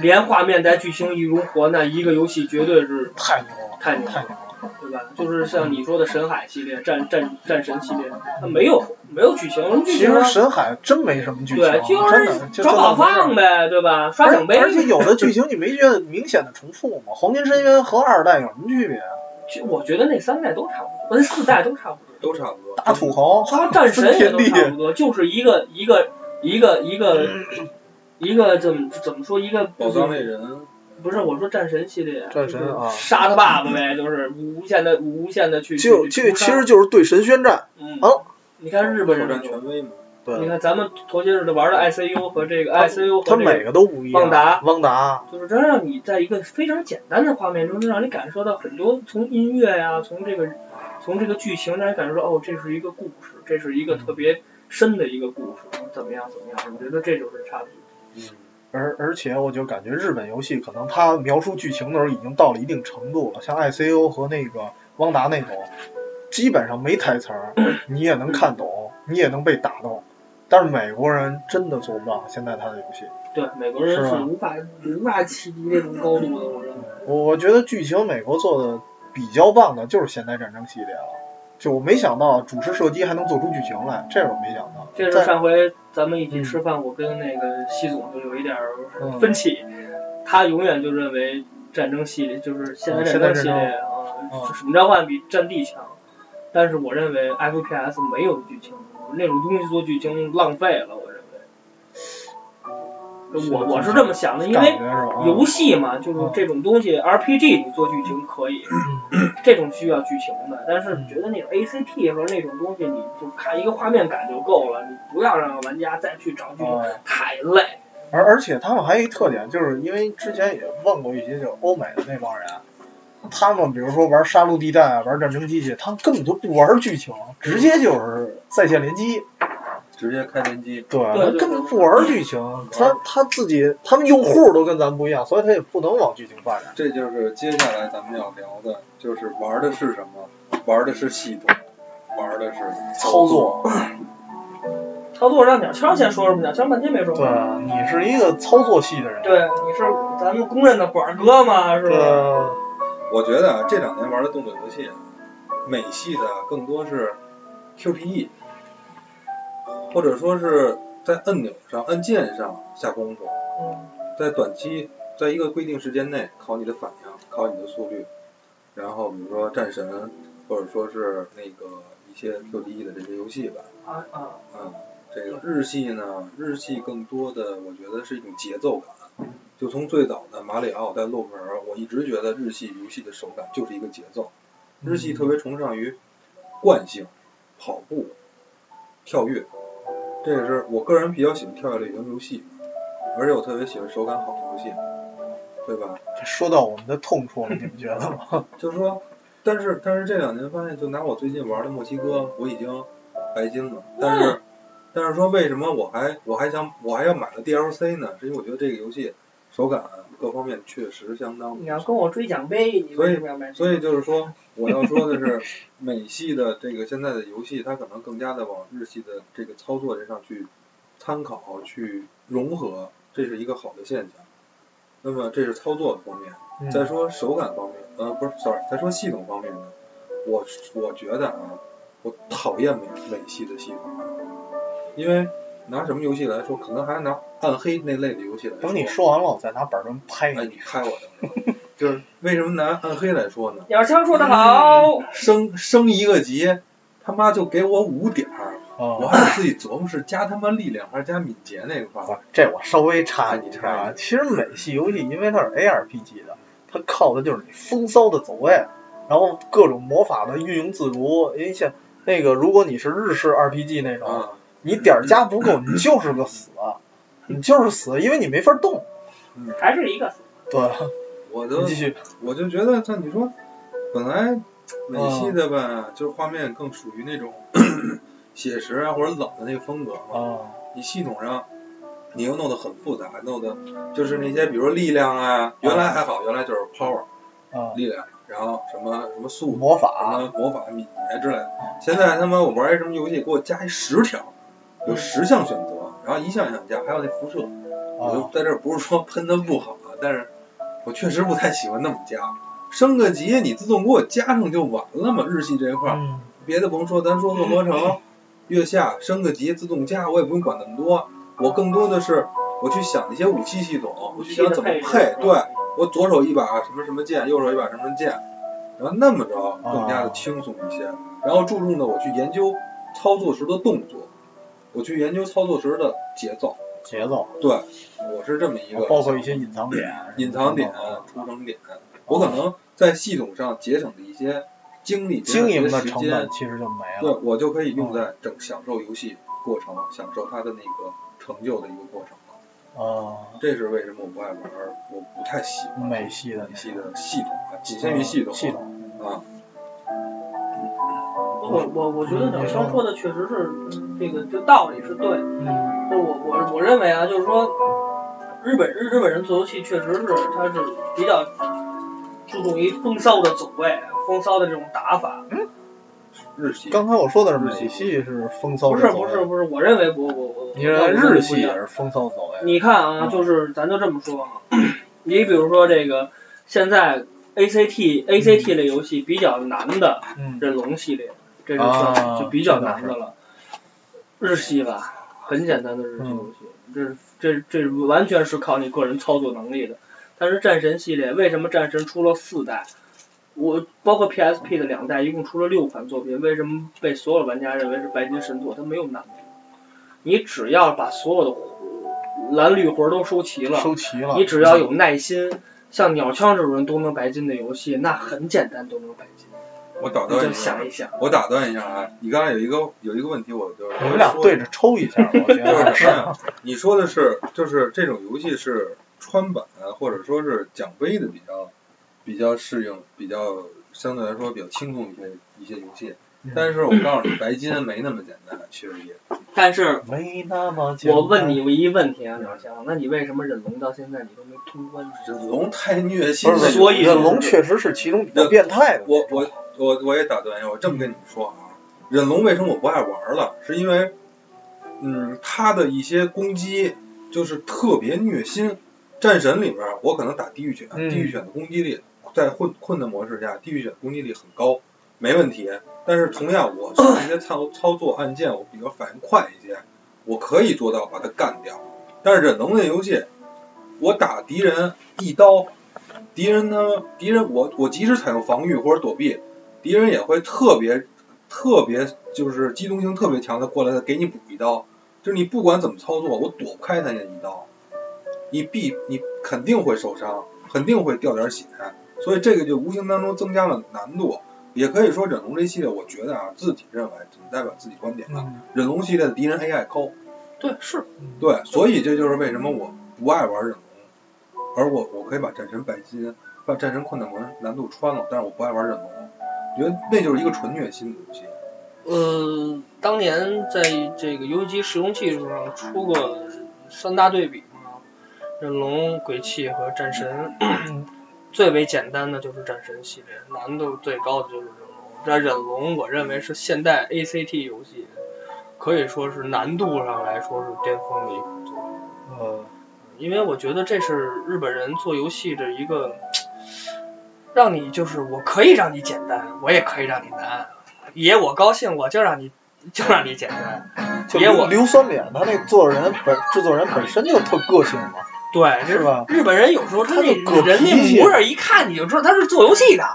Speaker 3: 连画面带剧情一融合，那一个游戏绝对是
Speaker 1: 太牛了，
Speaker 3: 太牛了
Speaker 1: 太牛了。
Speaker 3: 对吧？就是像你说的神海系列、战战战神系列，它没有没有剧情，剧
Speaker 1: 其
Speaker 3: 情啊
Speaker 1: 实神海真没什么剧情，啊
Speaker 3: 对，就
Speaker 1: 真的就是
Speaker 3: 找宝放
Speaker 1: 呗。
Speaker 3: 呗，对吧？刷
Speaker 1: 而
Speaker 3: 奖杯。
Speaker 1: 而且有的 剧情你没觉得明显的重复吗？黄金深渊和二代有什么区别？啊
Speaker 3: 其实我觉得那三代都差不多，那四代都差不多，
Speaker 2: 都差不多。
Speaker 1: 打土豪，
Speaker 3: 他战神也都
Speaker 1: 分
Speaker 3: 差
Speaker 1: 天
Speaker 3: 不多，就是一个一个一个一个
Speaker 1: 嗯
Speaker 3: 一个怎么怎么说一个
Speaker 2: 宝藏猎人，
Speaker 3: 不是我说战神系列，
Speaker 1: 战神啊
Speaker 3: 就是杀他爸爸呗，就是无限的无限的去
Speaker 1: 就
Speaker 3: 去
Speaker 1: 就
Speaker 3: 屠杀
Speaker 1: 其实就是对神宣战。
Speaker 3: 嗯
Speaker 1: 哦，
Speaker 3: 你看日本
Speaker 2: 挑
Speaker 3: 人
Speaker 2: 战权威嘛。
Speaker 3: 你
Speaker 1: 对，
Speaker 3: 看咱们头些日子玩的 ICU 和这个 ICU 和
Speaker 1: 他
Speaker 3: 这个
Speaker 1: 每个都不一样。
Speaker 3: 旺达
Speaker 1: 旺达，
Speaker 3: 就是真让你在一个非常简单的画面中，能让你感受到很多从音乐呀、从这个从这个剧情让你感受到哦，这是一个故事，这是一个特别深的一个故事，怎么样怎么样？我觉得这就是差
Speaker 2: 嗯，
Speaker 3: 别。
Speaker 1: 而而且我就感觉日本游戏可能它描述剧情的时候已经到了一定程度了，像 ICU 和那个汪达那种，基本上没台词儿，你也能看懂，你也能被打动。但是美国人真的做不到现在他的游戏，
Speaker 3: 对，美国人
Speaker 1: 是
Speaker 3: 是
Speaker 1: 吧
Speaker 3: 无法无法匹敌那种高度的，我认为。
Speaker 1: 我我觉得剧情美国做的比较棒的就是现代战争系列了，就我没想到主持射击还能做出剧情来，这是我没想到。
Speaker 3: 这是
Speaker 1: 在
Speaker 3: 上回咱们一起吃饭，我跟那个习总就有一点儿
Speaker 1: 嗯
Speaker 3: 分歧，他永远就认为战争系列就是现代
Speaker 1: 嗯现
Speaker 3: 战
Speaker 1: 代
Speaker 3: 争系列
Speaker 1: 战
Speaker 3: 啊
Speaker 1: 嗯，
Speaker 3: 使命召唤比战地强，但是我认为 FPS 没有剧情，那种东西做剧情浪费了，我认为。我我是这么想的，因
Speaker 1: 感
Speaker 3: 为
Speaker 1: 觉嗯是吧？
Speaker 2: 哦
Speaker 3: 游戏嘛，就是这种东西，RPG 你做剧情可以，
Speaker 2: 嗯
Speaker 3: 这种需要剧情的，但是觉得那种 ACT 和那种东西，你就看一个画面感就够了，你不要让玩家再去找剧情，
Speaker 2: 哦
Speaker 1: 啊
Speaker 3: 太累。
Speaker 1: 而而且他们还有一特点，就是因为之前也问过一些就是欧美的那帮人，他们比如说玩《杀戮地带》啊，玩《战争机器》，他们根本就不玩剧情，直接就是在线联机。
Speaker 2: 直接开联机。
Speaker 1: 对，他
Speaker 3: 对对
Speaker 1: 根本不玩剧情，他他自己他们用户都跟咱们不一样，所以他也不能往剧情发展。
Speaker 2: 这就是接下来咱们要聊的，就是玩的是什么？玩的是系统，玩的是
Speaker 1: 操。作，
Speaker 3: 操作让鸟枪先说说吧，鸟枪半天没说
Speaker 1: 对。，
Speaker 2: 啊
Speaker 1: 你是一个操作系的人。
Speaker 3: 对，你是咱们公认的管哥嘛，是
Speaker 2: 啊
Speaker 3: 吧？
Speaker 1: 呃，
Speaker 2: 我觉得啊，这两年玩的动作游戏，美系的更多是 QPE，或者说是在按钮上、按键上下功夫，
Speaker 3: 嗯，
Speaker 2: 在短期，在一个规定时间内考你的反应，考你的速率，然后比如说战神，或者说是那个一些 QDE 的这些游戏吧，
Speaker 3: 啊啊，
Speaker 2: 嗯，这个日系呢，日系更多的我觉得是一种节奏感，就从最早的马里奥在洛克尔，我一直觉得日系游戏的手感就是一个节奏，日系特别崇尚于惯性，跑步、跳跃，这也是我个人比较喜欢跳跃类型游戏，而且我特别喜欢手感好的游戏，对吧？
Speaker 1: 这说到我们的痛处了，你们觉得吗？
Speaker 2: 就是说，但是但是这两年发现，就拿我最近玩的墨西哥，我已经白金了。但是、但是说为什么我还我还想我还要买个 DLC 呢？是因为我觉得这个游戏手感各方面确实相当不
Speaker 3: 你要
Speaker 2: 错
Speaker 3: 跟我追奖杯，你为什么要买这个？
Speaker 2: 所以就是说，我要说的是，美系的这个现在的游戏，它可能更加的往日系的这个操作这上去参考、去融合，这是一个好的现象。那么这是操作方面，
Speaker 1: 嗯
Speaker 2: 再说手感方面，呃，不是，sorry，再说系统方面呢，我我觉得啊，我讨厌美美系的系统，因为拿什么游戏来说，可能还是拿暗黑那类的游戏来说。
Speaker 1: 等你说完了，我再拿板砖拍
Speaker 2: 哎，
Speaker 1: 你。
Speaker 2: 你拍 我的，就是为什么拿暗黑来说呢？
Speaker 3: 鸟枪说的好，
Speaker 2: 嗯升升一个级，他妈就给我五点儿，我
Speaker 1: 啊，
Speaker 2: 还得自己琢磨是加他妈力量还是加敏捷那块儿。
Speaker 1: 这我稍微插你一下
Speaker 2: 哎
Speaker 1: 啊。其实美系游戏因为它是 ARPG 的，它靠的就是你风骚的走位，然后各种魔法的运用自如。因为像那个，如果你是日式 RPG 那种，
Speaker 2: 啊，
Speaker 1: 你点儿加不够，你就是个死，你就是死，因为你没法动。
Speaker 3: 还是一个死。
Speaker 1: 对，
Speaker 2: 嗯我
Speaker 1: 你
Speaker 2: 都
Speaker 1: 继续。
Speaker 2: 我就觉得，像你说，本来美系的吧，就是画面更属于那种 写实啊或者冷的那个风格嘛。
Speaker 1: 啊，
Speaker 2: 你系统上，你又弄得很复杂，弄得就是那些比如力量啊，原来还好，原来就是 power
Speaker 1: 啊，
Speaker 2: 力量，然后什么什么速度。
Speaker 1: 嗯魔
Speaker 2: 啊，
Speaker 1: 法，
Speaker 2: 魔法、敏捷之类的。现在他妈我玩一什么游戏，给我加一十条，有十项选择，然后一项一项加，还有那辐射。我就
Speaker 1: 啊，
Speaker 2: 在这儿不是说喷它不好啊，但是我确实不太喜欢那么加。升个级你自动给我加上就完了嘛，日系这一块儿，
Speaker 1: 嗯，
Speaker 2: 别的甭说，咱说恶魔城、月下升个级自动加，我也不用管那么多，我更多的是我去想那些武器系统，我去想怎么配，对。我左手一把什么什么剑，右手一把什么什么剑，然后那么着更加的轻松一些。然后注重的我去研究操作时的动作，我去研究操作时的节奏。
Speaker 1: 节奏，
Speaker 2: 对，我是这么一个
Speaker 1: 包括一些隐藏点，
Speaker 2: 隐藏点、出生点，我可能在系统上节省的一些精力、
Speaker 1: 经营
Speaker 2: 节
Speaker 1: 的
Speaker 2: 省一些时
Speaker 1: 成
Speaker 2: 间
Speaker 1: 本，其实就没
Speaker 2: 对
Speaker 1: 了。
Speaker 2: 我就可以用在整享受游戏过程、享受它的那个成就的一个过程了。
Speaker 1: 啊，
Speaker 2: 这是为什么我不爱玩儿，我不太喜欢
Speaker 1: 美系的
Speaker 2: 游戏的系统啊，仅限于系统。
Speaker 1: 系统，
Speaker 2: 啊，
Speaker 3: 我我我觉得鸟枪说的确实是嗯这个这道理是对。
Speaker 1: 嗯，
Speaker 3: 那我我我认为啊，就是说，日本日日本人做游戏确实是他是比较注重于风骚的走位，风骚的这种打法。
Speaker 2: 日系
Speaker 1: 刚才我说的是美系是风骚
Speaker 3: 不
Speaker 1: 的
Speaker 3: 是
Speaker 1: 走
Speaker 3: 不
Speaker 1: 位，
Speaker 3: 是不是，我认为我我我。
Speaker 1: 你说日系嗯
Speaker 3: 我
Speaker 1: 也是风骚走位，
Speaker 3: 你看啊，就是咱就这么说啊，你比如说这个现在 A C T A C T 类游戏比较难的
Speaker 1: 嗯，
Speaker 3: 这龙系列，这就
Speaker 1: 啊
Speaker 3: 算就比较难的了。日系吧，很简单的
Speaker 1: 嗯
Speaker 3: 日系游戏，这这这完全是靠你个人操作能力的。但是战神系列，为什么战神出了四代？我包括 PSP 的两代，一共出了六款作品，为什么被所有玩家认为是白金神作？它没有难度，你只要把所有的蓝绿魂都收齐了，
Speaker 1: 收齐了，
Speaker 3: 你只要有耐心，像鸟枪这种人都能白金的游戏，那很简单都能白金。
Speaker 2: 我打
Speaker 3: 你
Speaker 2: 断
Speaker 3: 就
Speaker 2: 一下
Speaker 3: 想，一想，
Speaker 2: 我打断一下啊，你刚才有一个有一个问题，我就是
Speaker 1: 你们俩对着抽一下，我觉
Speaker 2: 就
Speaker 1: 得
Speaker 2: 是什么呀？你说的是就是这种游戏是川版或者说是奖杯的比较比较适应，比较相对来说比较轻松一些一些游戏
Speaker 1: 嗯。
Speaker 2: 但是我告诉你，白金没那么简单，确实也。
Speaker 3: 但是
Speaker 1: 没那么简单。
Speaker 3: 我问你一问题啊，鸟翔，那你为什么忍龙到现在你都没通关呢？
Speaker 2: 忍龙太虐心
Speaker 1: 不
Speaker 2: 了，
Speaker 1: 是，
Speaker 3: 所以
Speaker 1: 忍龙确实是其中比较变态的，
Speaker 2: 哎我我我我也打断一下，我这么跟你们说啊，忍龙为什么我不爱玩了？是因为，嗯，他的一些攻击就是特别虐心。战神里面，我可能打地狱犬，
Speaker 1: 嗯
Speaker 2: 地狱犬的攻击力在混混的模式下，地狱犬攻击力很高，没问题。但是同样，我做一些操操作按键，我比较反应快一些，我可以做到把它干掉。但是忍龙那游戏，我打敌人一刀，敌人呢，敌人我我即使采用防御或者躲避，敌人也会特别特别就是机动性特别强的过来给你补一刀，就是你不管怎么操作，我躲不开他那一刀，你必你肯定会受伤，肯定会掉点血，所以这个就无形当中增加了难度。也可以说忍龙这系列，我觉得啊，自己认为只代表自己观点啊。
Speaker 1: 嗯
Speaker 2: 忍龙系列的敌人 AI 高，
Speaker 4: 对，是
Speaker 2: 对，所以这就是为什么我不爱玩忍龙，而我我可以把战神白金、把战神困难模式难度穿了，但是我不爱玩忍龙，觉得那就是一个纯虐心的游戏。
Speaker 3: 呃，当年在这个游戏机实用技术上出过三大对比嘛，忍龙、鬼泣和战神。 最为简单的就是战神系列，难度最高的就是忍龙。但忍龙我认为是现代 ACT 游戏，可以说是难度上来说是巅峰的一款作品。
Speaker 1: 呃，
Speaker 3: 因为我觉得这是日本人做游戏的一个，让你就是我可以让你简单，我也可以让你难，爷我高兴我就让你就让你简单，
Speaker 1: 就
Speaker 3: 别
Speaker 1: 硫
Speaker 3: 我
Speaker 1: 硫酸脸，他那作人本制作人本身就特个性嘛，
Speaker 3: 对，这
Speaker 1: 是吧？
Speaker 3: 日本人有时候他那
Speaker 1: 他就狗
Speaker 3: 人
Speaker 1: 脾气
Speaker 3: 那模样一看你就知道他是做游 戏的。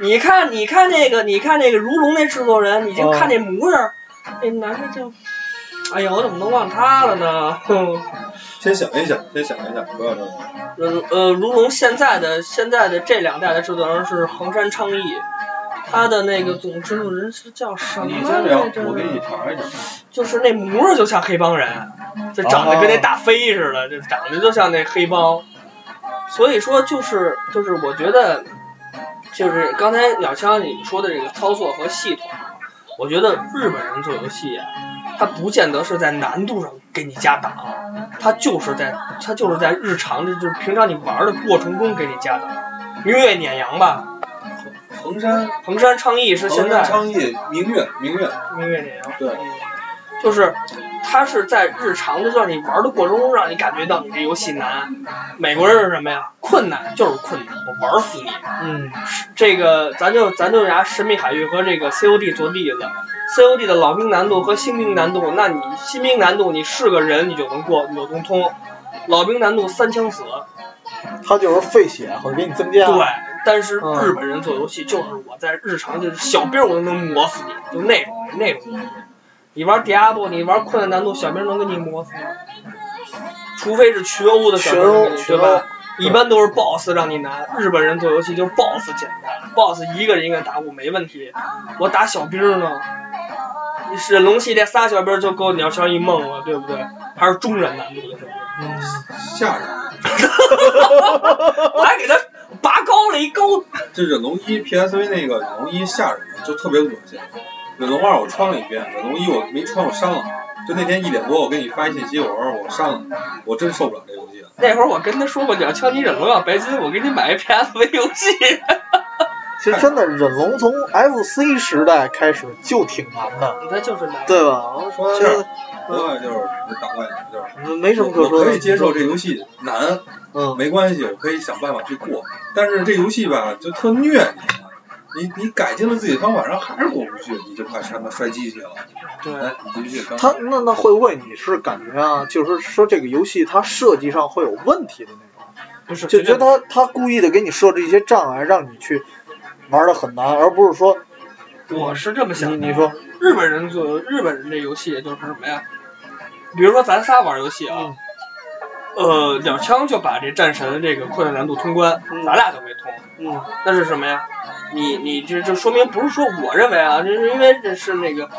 Speaker 3: 你看，你看那个，你看那个如龙那制作人，你
Speaker 1: 哦
Speaker 3: 就看那模样，那男的叫，哎呀，我怎么能忘他了呢？ 哼
Speaker 2: 先想一想，先想一想，不要着急。
Speaker 3: 呃呃，如龙现在的现在的这两代的制作人是横山昌义，他的那个总制作人是叫什
Speaker 2: 你
Speaker 3: 么
Speaker 2: 先
Speaker 3: 来
Speaker 2: 聊，
Speaker 3: 着？
Speaker 2: 我给你查一查。
Speaker 3: 就是那模样就像黑帮人，就长
Speaker 2: 哦
Speaker 3: 得跟那大飞似的，就长得就像那黑帮。所以说，就是就是我觉得，就是刚才鸟枪你说的这个操作和系统，我觉得日本人做游戏啊，他不见得是在难度上给你加档，他就是在他就是在日常的就是平常你玩的过程中给你加档。明月碾阳吧，
Speaker 2: 衡山，
Speaker 3: 横山昌义是现
Speaker 2: 衡
Speaker 3: 在
Speaker 2: 山昌邑，明月，明月，
Speaker 3: 明月点阳。
Speaker 2: 对
Speaker 3: 嗯，就是它是在日常的让你玩的过程中，让你感觉到你这游戏难。美国人是什么呀？困难就是困难，我玩死你。
Speaker 1: 嗯，
Speaker 3: 这个咱就咱就拿《神秘海域》和这个 COD 做例子。COD 的老兵难度和新兵难度，那你新兵难度你是个人你就能过，你就能通；老兵难度三枪死，
Speaker 1: 他就是费血会给你增加，
Speaker 3: 对，啊但是
Speaker 1: 嗯
Speaker 3: 日本人做游戏就是我在日常就是小兵我都能磨死你，就那种那种感觉。你玩 Diablo，你玩困难难度，小兵能给你磨死你，除非是群殴的小兵能给你，
Speaker 1: 群
Speaker 3: 对
Speaker 1: 殴
Speaker 3: 吧？
Speaker 1: 对
Speaker 3: 一般都是 boss 让你拿，日本人做游戏就是 boss 简单，boss 一个人一个人打我没问题，我打小兵呢，你忍龙系列仨小兵就够鸟枪一梦了，对不对？还是中人难度的小 兵。
Speaker 1: 嗯，
Speaker 2: 吓人。
Speaker 3: 我还给他拔高了一高，
Speaker 2: 这忍龙一 PSV 那个忍龙一吓人，就特别恶心。忍龙二我穿了一遍，忍龙一我没穿，我删了。就那天一点多，我给你发一信息，我说我删了，我真受不了这游戏了。
Speaker 3: 那会儿我跟他说过，你要敲你忍龙要白金，我给你买一 PSV 游戏。
Speaker 1: 其实真的忍龙从 FC 时代开始就挺难的，
Speaker 3: 那就是难。
Speaker 1: 对吧？我说
Speaker 2: 是
Speaker 1: 这
Speaker 2: 另外就是打断你，就是
Speaker 1: 没什么可说
Speaker 2: 我
Speaker 1: 的，
Speaker 2: 可以接受这游戏难，
Speaker 1: 嗯，
Speaker 2: 没关系，我可以想办法去过。但是这游戏吧，就特虐啊你，你你改进了自己的方法，然后还是过不去，你就快他妈摔机器了。
Speaker 3: 对，
Speaker 2: 来，你继续刚
Speaker 1: 他那那会不会你是感觉啊，就是说这个游戏它设计上会有问题的那种，
Speaker 3: 不是
Speaker 1: 就觉得他他故意的给你设置一些障碍，让你去玩的很难，而不是说
Speaker 3: 我是这
Speaker 1: 你
Speaker 3: 么想的。
Speaker 1: 你说
Speaker 3: 日本人做日本人这游戏就是什么呀？比如说咱仨玩游戏啊，
Speaker 1: 嗯
Speaker 3: 呃，鸟枪就把这战神这个困难难度通关，
Speaker 1: 嗯
Speaker 3: 咱俩就没通。
Speaker 1: 嗯
Speaker 3: 那是什么呀？你你这这说明不是说我认为啊，这是因为这是那个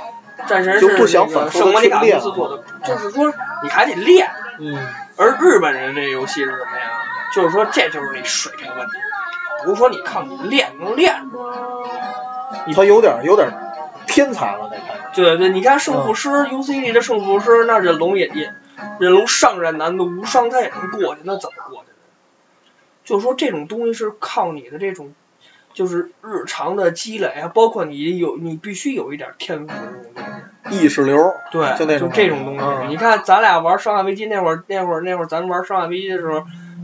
Speaker 3: 战神是
Speaker 1: 就不想
Speaker 3: 那个
Speaker 1: 反复地
Speaker 3: 圣莫尼卡
Speaker 1: 去练
Speaker 3: 公司做的，就是说你还得练。
Speaker 1: 嗯
Speaker 3: 而日本人这游戏是什么呀？就是说这就是你水平问题，不是说你靠你练能练出来。
Speaker 2: 嗯
Speaker 1: 他有点有点天才了那开始，
Speaker 3: 对对，你看圣父师、UCD 的圣父师，那忍龙也也，忍龙上忍难度无伤他也能过去，那怎么过去的？就是说这种东西是靠你的这种，就是日常的积累啊，包括你有你必须有一点天赋这种东西。
Speaker 1: 意识流，啊
Speaker 3: 对，
Speaker 1: 就
Speaker 3: 就
Speaker 1: 那种
Speaker 3: 这种东西。
Speaker 1: 嗯
Speaker 3: 你看，咱俩玩《生化危机》那会儿，那会儿那会儿咱玩《生化危机》的时候，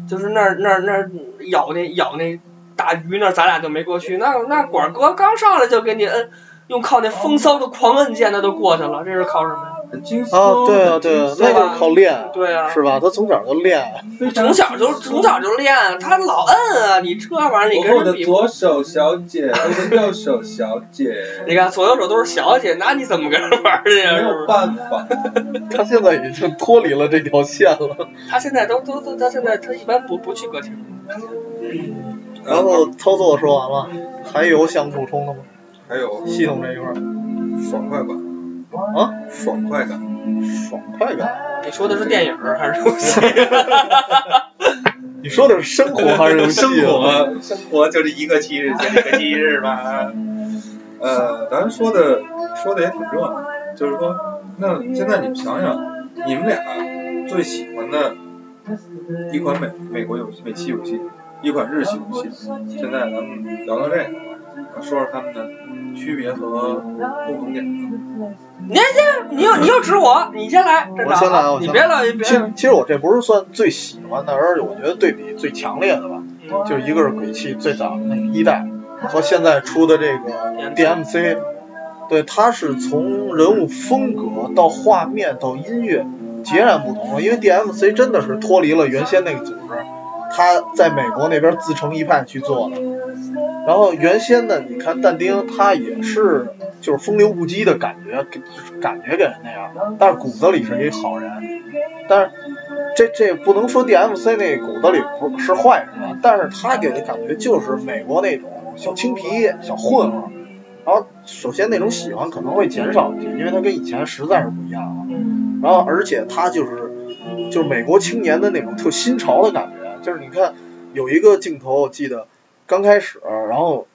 Speaker 3: 就是那儿那儿那儿咬那咬那大鱼那儿，咱俩就没过去。那那管哥刚上来就给你摁，用靠那风骚的狂摁键，那都过去了。这是靠什么呀？
Speaker 2: 很轻松。
Speaker 1: 啊，对啊对啊，那就是靠练，
Speaker 3: 对啊，
Speaker 1: 是吧？他从小就练，
Speaker 2: 非常
Speaker 3: 从小就从小就练，他老摁啊，你这玩意儿你
Speaker 2: 我
Speaker 3: 跟
Speaker 2: 和我的
Speaker 3: 人比不。
Speaker 2: 左手小姐，我的右手小姐，
Speaker 3: 你看，左右手都是小姐，那你怎么跟人玩儿去
Speaker 5: 哎
Speaker 3: 呀？
Speaker 2: 没
Speaker 3: 是不
Speaker 2: 有
Speaker 3: 是
Speaker 2: 办 法。
Speaker 1: 他现在已经脱离了这条线 了。
Speaker 3: 他现在都都都，他现在他一般不不去歌厅。
Speaker 1: 然后操作说完了，还有想补充的吗？
Speaker 2: 还有
Speaker 1: 系统这一块儿
Speaker 2: 爽快感，
Speaker 1: 啊，
Speaker 2: 爽快感，
Speaker 1: 爽快感。
Speaker 3: 你说的是电影儿还是游戏？
Speaker 1: 你说的是生活还是游戏啊？
Speaker 5: 生活，生活就是一个七日接一个七日吧。啊
Speaker 2: 呃，咱说的说的也挺热闹，就是说，那现在你们想想，你们俩最喜欢的一款美美国游戏、美系游戏，一款日系游戏，现在咱们聊到这个，说说他们的区别和共同点。
Speaker 3: 你这你又你又指我，你先来，站长
Speaker 1: 我先来我先来
Speaker 3: 你别老别
Speaker 1: 其实其实我这不是算最喜欢的，而是我觉得对比最强烈的吧，
Speaker 3: 嗯
Speaker 1: 就一个是鬼泣最早的那个一代，和现在出的这个 DMC，对，它是从人物风格到画面到音乐截然不同了，因为 DMC 真的是脱离了原先那个组织，它在美国那边自成一派去做的。然后原先呢，你看但丁他也是就是风流不羁的感觉，给感觉给人那样，但是骨子里是一好人。但是这这不能说 DMC 那骨子里不是坏人啊，但是他给的感觉就是美国那种小青皮、小混混。然后首先那种喜欢可能会减少一些，因为他跟以前实在是不一样了。然后而且他就是就是美国青年的那种特新潮的感觉，就是你看有一个镜头我记得刚开始，然后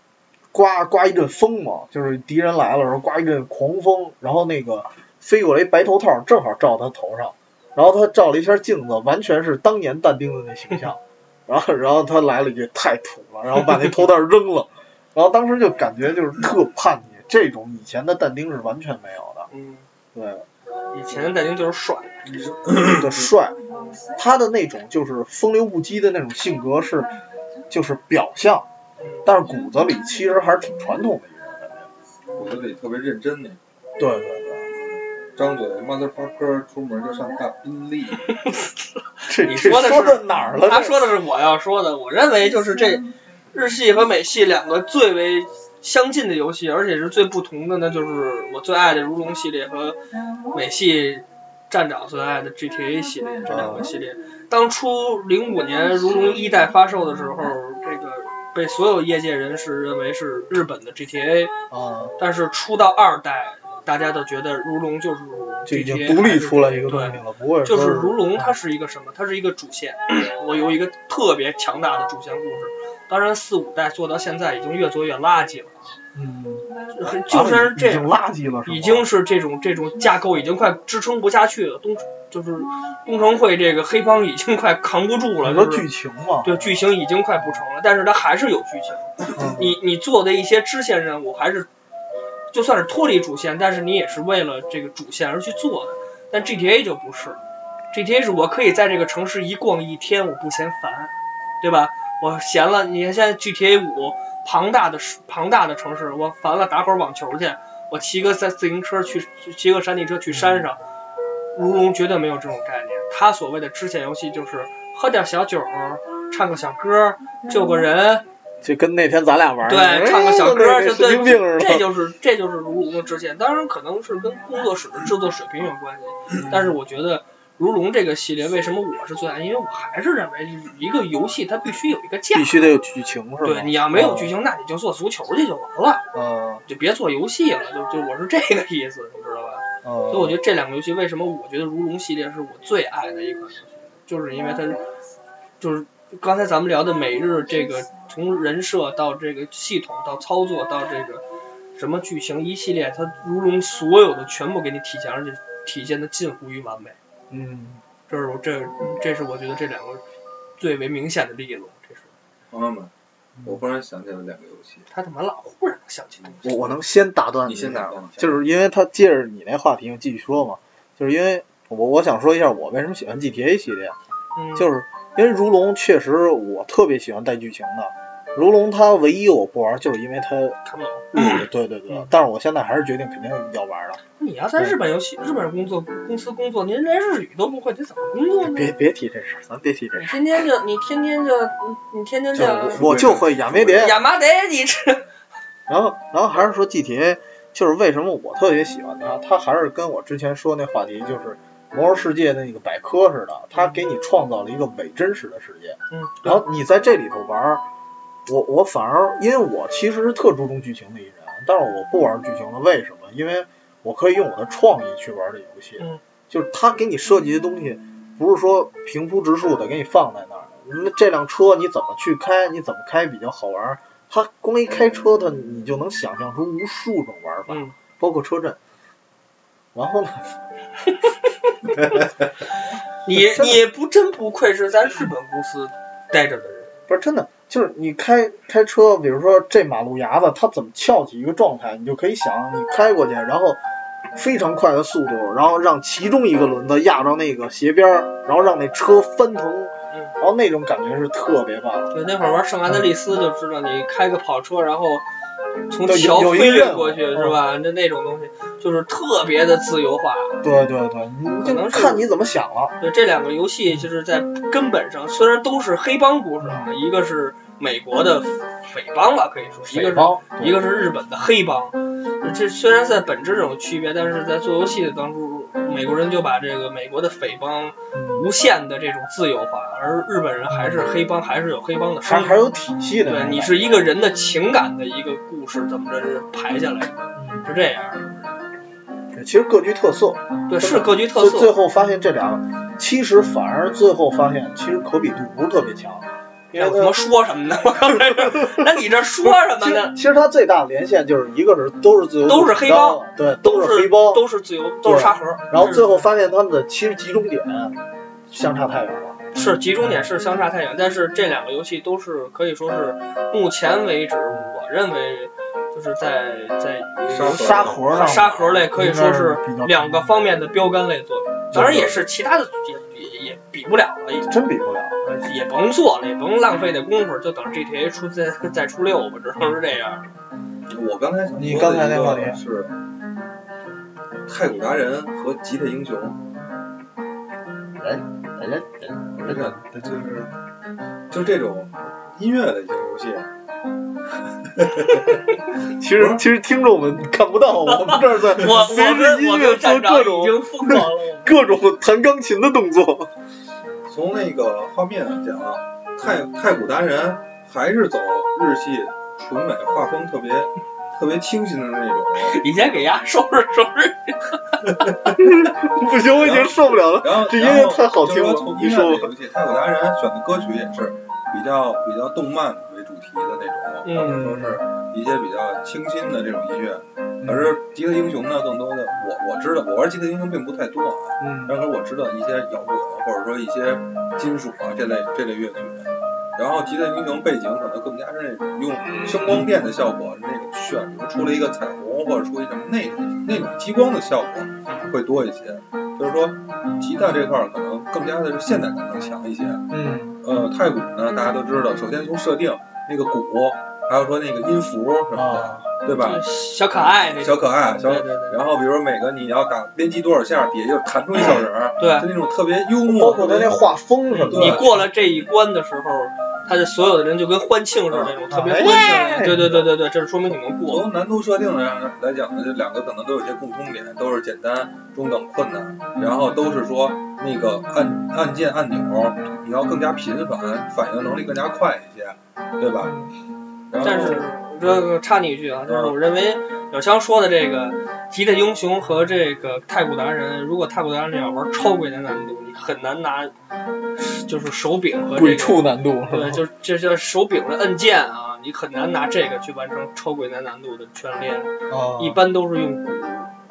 Speaker 1: 刮刮一阵风嘛，就是敌人来了，然后刮一阵狂风，然后那个飞过来一白头套正好照他头上。然后他照了一下镜子，完全是当年但丁的那形象。然后，然后他来了一句“太土了”，然后把那头带扔了。然后当时就感觉就是特叛逆，这种以前的但丁是完全没有的。
Speaker 3: 嗯，
Speaker 1: 对，
Speaker 3: 以前的戴丁就是帅，
Speaker 1: 的帅，他的那种就是风流不羁的那种性格是，就是表象，但是骨子里其实还是挺传统的一个人。感觉
Speaker 2: 骨子里特别认真那种，
Speaker 1: 对对对，
Speaker 2: 张嘴 motherfucker 出门就上大 宾利，
Speaker 1: 这
Speaker 3: 你
Speaker 1: 这
Speaker 3: 说的是
Speaker 1: 说到哪儿了？
Speaker 3: 他说的是我要说的，我认为就是这日系和美系两个最为相近的游戏，而且是最不同的呢，就是我最爱的《如龙》系列和美系站长最爱的 GTA 系列这两个系列。当初零五年《如龙》一代发售的时候，这个被所有业界人士认为是日本的 GTA，
Speaker 1: 啊，
Speaker 3: 但是出到二代，大家都觉得《如龙》就是《如龙》，
Speaker 1: 就已经独立出来一个东
Speaker 3: 对
Speaker 1: 西了，不会
Speaker 3: 就是
Speaker 1: 说
Speaker 3: 如龙，它是一个什么？它是一个主 线，我有一个特别强大的主线故事。当然，四五代做到现在已经越做越垃圾了，
Speaker 1: 嗯，
Speaker 3: 很就是这
Speaker 1: 已经
Speaker 3: 样，
Speaker 1: 垃圾了，是吗
Speaker 3: 已经是这种这种架构已经快支撑不下去了。东就是东城会这个黑帮已经快扛不住了，
Speaker 1: 你说
Speaker 3: 就是
Speaker 1: 剧情嘛，
Speaker 3: 对剧情已经快不成了，但是它还是有剧情。
Speaker 1: 嗯
Speaker 3: 你你做的一些支线任务还是，就算是脱离主线，但是你也是为了这个主线而去做的。但 GTA 就不是，GTA 是我可以在这个城市一逛一天，我不嫌烦，对吧？我闲了，你看现在 GTA 五庞大的市庞大的城市，我烦了打会儿网球去，我骑个三自行车去骑个山地车去山上。如龙绝对没有这种概念，他所谓的支线游戏就是喝点小酒，唱个小歌，救个人，
Speaker 1: 就跟那天咱俩玩儿哎
Speaker 3: 对，唱个小歌儿，就
Speaker 1: 神经病似的。
Speaker 3: 对，这就是这就是如龙的支线。当然，可能是跟工作室的制作水平有关
Speaker 1: 嗯
Speaker 3: 系，但是我觉得如龙这个系列为什么我是最爱？因为我还是认为一个游戏它必须有一个价
Speaker 1: 必。须得有剧情是吧？哦
Speaker 3: 对，你要没有剧情，那你就做足球去就完了，
Speaker 1: 嗯，
Speaker 3: 就别做游戏了，就就我是这个意思，你知道吧？
Speaker 1: 嗯嗯，
Speaker 3: 所以我觉得这两个游戏为什么我觉得《如龙》系列是我最爱的一款游戏，就是因为它是，就是刚才咱们聊的每日这个从人设到这个系统到操作到这个什么剧情一系列，它《如龙》所有的全部给你体现，而且体现的近乎于完美。
Speaker 1: 嗯，
Speaker 3: 这是我这这是我觉得这两个最为明显的例子。这是
Speaker 2: 朋友们，
Speaker 1: 嗯
Speaker 2: 我忽然想起了两个游戏，
Speaker 3: 他他妈老忽然想起那
Speaker 1: 我我能先打断
Speaker 2: 你先打吧，
Speaker 1: 嗯就是因为他接着你那话题继续说嘛，就是因为我我想说一下我为什么喜欢 GTA 系列，啊
Speaker 3: 嗯，
Speaker 1: 就是因为如龙确实我特别喜欢带剧情的，如龙它唯一我不玩就是因为它
Speaker 3: 看不懂。
Speaker 1: 日语，对对对
Speaker 3: 嗯，
Speaker 1: 但是我现在还是决定肯定要玩的，
Speaker 3: 你要在日本游戏、日本工作公司工作，您连日语都不会，您怎么工作呢？
Speaker 1: 别别提这事儿，咱别提这
Speaker 3: 你
Speaker 1: 事
Speaker 3: 天天就你天天就你你天天就
Speaker 1: 儿，我我就会亚美蝶。
Speaker 3: 亚麻得你吃，
Speaker 1: 然后，然后还是说 GTA，就是为什么我特别喜欢它，它还是跟我之前说那话题，就是《魔兽世界》的那个百科似的，它给你创造了一个伪真实的世界，
Speaker 3: 嗯，
Speaker 1: 然后你在这里头玩儿，我我反而因为我其实是特注重剧情的一人，但是我不玩剧情了，为什么？因为我可以用我的创意去玩这游戏，
Speaker 3: 嗯
Speaker 1: 就是他给你设计的东西，不是说平铺直述的给你放在那儿。那这辆车你怎么去开，你怎么开比较好玩？他光一开车，他你就能想象出无数种玩法，
Speaker 3: 嗯，
Speaker 1: 包括车震。然后呢，
Speaker 3: 你你不真不愧是在日本公司待着的人，
Speaker 1: 不是真的，就是你开开车，比如说这马路牙子它怎么翘起一个状态，你就可以想你开过去，然后非常快的速度，然后让其中一个轮子压着那个斜边儿，然后让那车翻腾，
Speaker 3: 嗯
Speaker 1: 然后那种感觉是特别棒的。
Speaker 3: 对，那会儿玩圣安德利斯就知道，你开个跑车，然后从
Speaker 1: 嗯对有
Speaker 3: 桥
Speaker 1: 有一
Speaker 3: 飞跃
Speaker 1: 任务
Speaker 3: 过去
Speaker 1: 嗯
Speaker 3: 是吧？那那种东西就是特别的自由化。
Speaker 1: 对对对，你
Speaker 3: 可
Speaker 1: 就
Speaker 3: 能是
Speaker 1: 看你怎么想了。
Speaker 3: 对，这两个游戏就是在根本上，虽然都是黑帮故事啊，
Speaker 1: 嗯
Speaker 3: 一个是美国的匪帮吧，可以说，一
Speaker 1: 北
Speaker 3: 个是
Speaker 1: 方，
Speaker 3: 一个是日本的黑帮，这虽然在本质上有区别，但是在做游戏的当中，美国人就把这个美国的匪帮
Speaker 1: 嗯
Speaker 3: 无限的这种自由化，而日本人还是黑帮，还是有黑帮的
Speaker 1: 还
Speaker 3: 生
Speaker 1: 还
Speaker 3: 活。
Speaker 1: 有体系的那
Speaker 3: 对
Speaker 1: 种。
Speaker 3: 你是一个人的情感的一个故事，怎么着是排下来的，
Speaker 1: 嗯，
Speaker 3: 是这样。
Speaker 1: 其实各具特色，
Speaker 3: 对，是各具特
Speaker 1: 最最
Speaker 3: 色。
Speaker 1: 后发现这俩，其实反而最后发现其实可比度不是特别强，因
Speaker 3: 那
Speaker 1: 为它
Speaker 3: 哎我他妈说什么呢？ 我刚才说，那你这说什么
Speaker 1: 其实
Speaker 3: 呢？
Speaker 1: 其实它最大的连线就是一个是都是自由
Speaker 3: 都是黑
Speaker 1: 主
Speaker 3: 帮
Speaker 1: 张的，对，
Speaker 3: 都
Speaker 1: 都
Speaker 3: 是
Speaker 1: 黑帮，
Speaker 3: 都是自由，都是沙盒。嗯
Speaker 1: 然后最后发现他们的其实集中点相差太远了。
Speaker 3: 是集中点是相差太远，但是这两个游戏都是可以说是目前为止，我认为就是在在
Speaker 1: 沙
Speaker 2: 沙盒
Speaker 1: 盒上，
Speaker 3: 沙盒类可以说是
Speaker 1: 应该比较
Speaker 3: 两个方面的标杆类作品，当然也是其他的也也也比不了了，也
Speaker 1: 真比不了。
Speaker 3: 也甭做了，也甭浪费那功夫，就等 GTA 出再再出六吧，只能是这样。
Speaker 2: 我刚才想说的
Speaker 1: 你刚才那
Speaker 2: 一个
Speaker 1: 话题
Speaker 2: 是太古达人和吉他英雄，
Speaker 1: 嗯人哎人
Speaker 2: 真的，它就是就这种音乐类型游戏，啊
Speaker 1: 其实其实听众们看不到，我们这儿在
Speaker 3: 我我
Speaker 1: 随着
Speaker 3: 跟我
Speaker 1: 音乐做
Speaker 3: 跟站
Speaker 1: 各
Speaker 3: 长
Speaker 1: 种
Speaker 3: 已经疯狂了，
Speaker 1: 各种弹钢琴的动作。
Speaker 2: 从那个画面上讲啊，太太古达人还是走日系纯美画风特别特别清新的那种，
Speaker 3: 你先给丫收拾收拾。
Speaker 1: 不行，我已经受不了 了。
Speaker 2: 然后
Speaker 1: 这音
Speaker 2: 然
Speaker 1: 乐
Speaker 2: 后
Speaker 1: 太好
Speaker 2: 就
Speaker 1: 听
Speaker 2: 说
Speaker 1: 了
Speaker 2: 从
Speaker 1: 你
Speaker 2: 音乐
Speaker 1: 说
Speaker 2: 类游戏，太古达人选的歌曲也是比较比较动漫为主题的那种，
Speaker 3: 嗯
Speaker 2: 或者说是一些比较清新的这种音乐。可是吉他英雄呢，更多的我我知道，我玩吉他英雄并不太多啊，
Speaker 1: 嗯，
Speaker 2: 但是我知道一些摇滚或者说一些金属啊这类这类乐曲。然后吉他英雄背景可能更加是那种用声光电的效果，那种炫，比如出了一个彩虹或者出一什么那种那种激光的效果会多一些。就是说，吉他这块儿可能更加的是现代感更强一些。
Speaker 1: 嗯，
Speaker 2: 呃，太鼓呢，大家都知道，首先从设定那个鼓，还有说那个音符什么的，
Speaker 1: 啊，
Speaker 2: 对吧？
Speaker 3: 小可爱那
Speaker 2: 小
Speaker 3: 种，
Speaker 2: 可爱，小
Speaker 3: 对对对
Speaker 2: 然后比如每个你要打连击多少下，底下就弹出一小人儿，
Speaker 3: 对
Speaker 2: 就那种特别幽默，
Speaker 1: 包括他那画风什么
Speaker 2: 对
Speaker 3: 你
Speaker 1: 的，
Speaker 3: 过了这一关的时候，他的所有的人就跟欢庆似的那种，特别欢庆。
Speaker 1: 哎
Speaker 3: 对对对对对，这是说明你能过。
Speaker 2: 从难度设定上来讲呢，这两个可能都有一些共通点，都是简单、中等、困难，然后都是说那个按按键按钮，你要更加频繁，反应能力更加快一些，对吧？然后
Speaker 3: 但是这个插你一句啊，就是我认为小强说的这个《吉他英雄》和这个《太古达人》，如果《太古达人》要玩超鬼的难度，你很难拿，就是手柄和这
Speaker 1: 鬼
Speaker 3: 个。
Speaker 1: 畜难度是吧
Speaker 3: 对，？就这叫手柄的按键啊，你很难拿这个去完成超鬼难难度的全练。
Speaker 1: 啊
Speaker 3: 一般都是用鼓。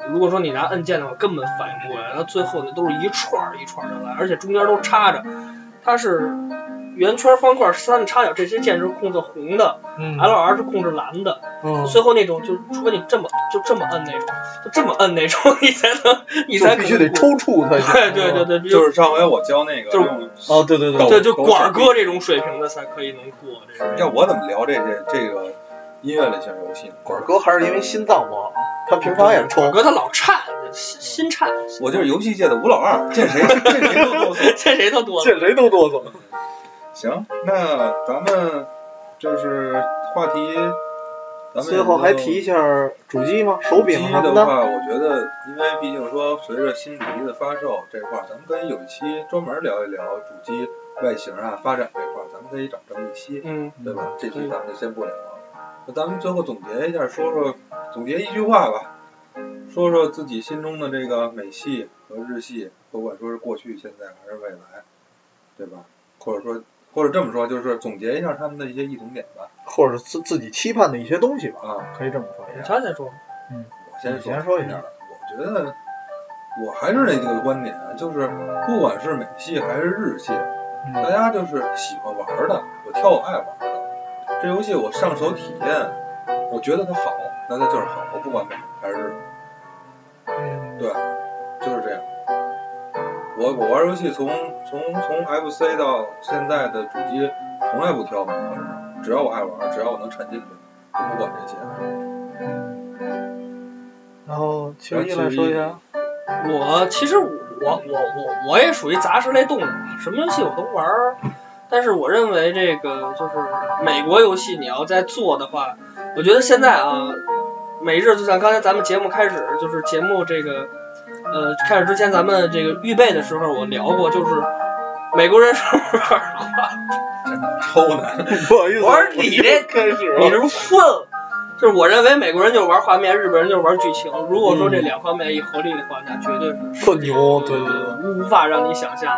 Speaker 3: 如果说你拿按键的话，根本反应不过来，到最后呢都是一串儿一串儿的来，而且中间都插着，它是圆圈、方块、三个插角，这些键是控制红的
Speaker 1: 嗯
Speaker 3: ，L R 是控制蓝的，
Speaker 1: 嗯
Speaker 3: 最后那种就是除非你这么就这么摁那种，就这么摁那种，你才能你才
Speaker 1: 就
Speaker 3: 可
Speaker 1: 必须
Speaker 3: 能
Speaker 1: 得
Speaker 3: 过。
Speaker 1: 抽搐才行。
Speaker 3: 对对对对，
Speaker 2: 就是是上回我教那个
Speaker 3: 就是
Speaker 2: 用
Speaker 1: 哦，对对对，
Speaker 2: 抖
Speaker 3: 对就
Speaker 2: 抖
Speaker 3: 管儿
Speaker 2: 手
Speaker 3: 哥这种水平的才可以能过这个。
Speaker 2: 要我怎么聊这这这个音乐类型游戏呢？
Speaker 1: 管哥还是因为心脏不好，啊他平常也抽
Speaker 3: 管。哥他老颤，心心颤，
Speaker 2: 我就是游戏界的吴老二，见谁见谁都哆嗦。
Speaker 3: 这谁都多了。
Speaker 1: 见谁都哆嗦。
Speaker 2: 行，那咱们就是话题，咱们
Speaker 1: 最后还提一下主机吗？手柄
Speaker 2: 机
Speaker 1: 什么
Speaker 2: 的
Speaker 1: 的。
Speaker 2: 话，我觉得，因为毕竟说随着新主机的发售这块儿，咱们可以有一期专门聊一聊主机外形啊发展这块儿，咱们可以找张艺希，
Speaker 3: 嗯，
Speaker 2: 对吧？这题咱们就先不聊了。那咱们最后总结一下，说说总结一句话吧，说说自己心中的这个美系和日系，不管说是过去、现在还是未来，对吧？或者说，或者这么说，就是总结一下他们的一些异同点吧。
Speaker 1: 或者自自己期盼的一些东西吧，
Speaker 2: 啊，
Speaker 1: 可以这么说一下。
Speaker 3: 他再说，
Speaker 2: 我先说，
Speaker 1: 你先说一下。
Speaker 2: 我觉得我还是那几个观点，啊就是不管是美系还是日系，大
Speaker 1: 嗯
Speaker 2: 家就是喜欢玩儿的，我挑我爱玩儿的。这游戏我上手体验，我觉得它好，那它就是好，我不管美还是日，
Speaker 1: 嗯
Speaker 2: 就是这样。我我玩游戏从从从 FC 到现在的主机，从来不挑美国人，只要我爱玩儿，只要我能沉浸去，我不管这些。
Speaker 1: 然后其实一来说一下，
Speaker 3: 我其实我我我我也属于杂食类动物，啊什么游戏我都玩儿。但是我认为这个就是美国游戏，你要再做的话，我觉得现在啊，每日就像刚才咱们节目开始，就是节目这个呃开始之前咱们这个预备的时候，我聊过，就是美国人是
Speaker 2: 抽呢？
Speaker 1: 不好意思，啊
Speaker 3: 我说你这
Speaker 1: 开始
Speaker 3: 你是不是混了？就是我认为美国人就是玩画面，日本人就是玩剧情。如果说这两方面一合力的话，那绝对是
Speaker 1: 特嗯牛，对对对，
Speaker 3: 无无法让你想象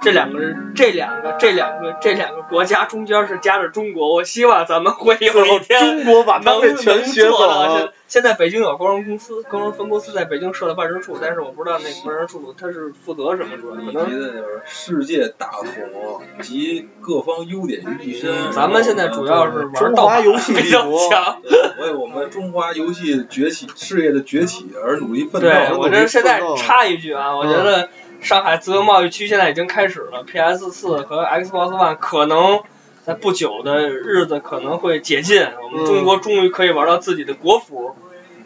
Speaker 3: 这两个人，这两个，这两个，这两个国家中间是夹着中国。我希望咱们会有一
Speaker 1: 中
Speaker 3: 天
Speaker 1: 国把他
Speaker 3: 能
Speaker 1: 们给全
Speaker 3: 能
Speaker 1: 学
Speaker 3: 做
Speaker 1: 走
Speaker 3: 到。现
Speaker 1: 了，
Speaker 3: 现在北京有工人公司，工人分公司在北京设了办事处，但是我不知道那个办事处它是负责什么主要，
Speaker 2: 你
Speaker 3: 可
Speaker 2: 提
Speaker 3: 能。
Speaker 2: 的就是世界大同集各方优点于一身。
Speaker 3: 嗯咱们现在主要是玩
Speaker 1: 嗯中
Speaker 3: 盗
Speaker 1: 华
Speaker 3: 版
Speaker 1: 游戏
Speaker 3: 比
Speaker 1: 帝
Speaker 3: 较
Speaker 1: 国，
Speaker 3: 强，
Speaker 2: 对为我们中华游戏崛起事业的崛起而努力奋斗。
Speaker 3: 对我这现在
Speaker 1: 奋斗
Speaker 3: 插一句啊，我觉得上海自由贸易区现在已经开始了，PS 四和 Xbox One 可能在不久的日子可能会解禁，我们中
Speaker 2: 嗯
Speaker 3: 国终于可以玩到自己的国服，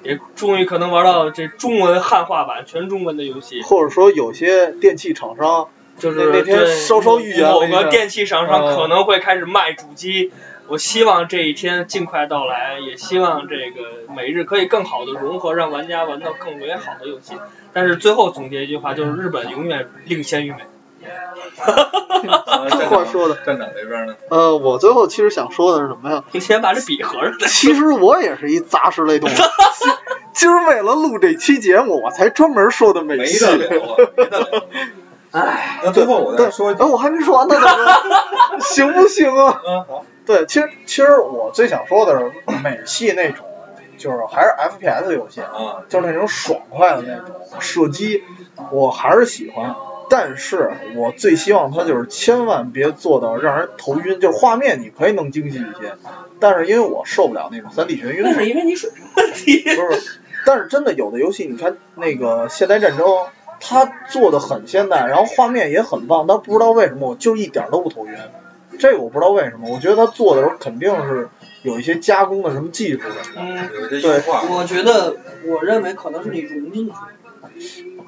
Speaker 3: 也终于可能玩到这中文汉化版全中文的游戏，
Speaker 1: 或者说有些电器厂商，
Speaker 3: 就是
Speaker 1: 那那天
Speaker 3: 对
Speaker 1: 稍稍预言了
Speaker 3: 某
Speaker 1: 一下
Speaker 3: 个电器厂商
Speaker 1: 嗯
Speaker 3: 可能会开始卖主机。我希望这一天尽快到来，也希望这个每日可以更好的融合，让玩家玩到更为好的游戏。但是最后总结一句话，就是日本永远领 先于美。
Speaker 1: 这话说的，
Speaker 2: 站啊长这边呢？
Speaker 1: 呃，我最后其实想说的是什么呀？
Speaker 3: 你先把这笔 合上。
Speaker 1: 其实我也是一杂食类动物。今儿为了录这期节目，我才专门说的美
Speaker 2: 没
Speaker 1: 系。
Speaker 2: 得了啊，没得 了。哎，那最后我再说一句
Speaker 1: 哎，我还没说完呢，大哥，行不行啊？
Speaker 2: 啊，好，
Speaker 1: 对，其实其实我最想说的是美系那种，就是还是 FPS 游戏，
Speaker 2: 啊，
Speaker 1: 就是那种爽快的那种射击，我还是喜欢。但是我最希望它就是千万别做到让人头晕，就是画面你可以弄精细一些，但是因为我受不了那种三 D 眩晕，
Speaker 3: 因为 你水平问题。
Speaker 1: 不是，但是真的有的游戏，你看那个《现代战争》，它做的很现代，然后画面也很棒，但不知道为什么我就一点都不头晕。这个我不知道为什么，我觉得他做的时候肯定是有一些加工的什么技术的，
Speaker 3: 嗯，
Speaker 2: 有这句话，
Speaker 3: 我觉得，我认为可能是你容易。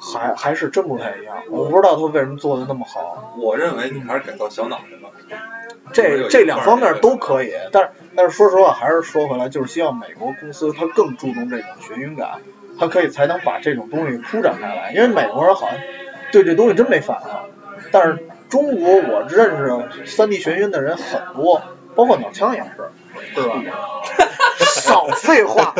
Speaker 1: 还还是真不太一样。我不知道他为什么做的那么好，
Speaker 2: 我认为你还是改造小脑袋 吧。
Speaker 1: 这这两方面都可以，但是但是说实话，还是说回来，就是希望美国公司它更注重这种眩晕感，它可以才能把这种东西铺展开来，因为美国人好像对这东西真没反应，但是中国我认识三 D 眩晕的人很多，包括鸟枪也是，对吧？ 少废 话，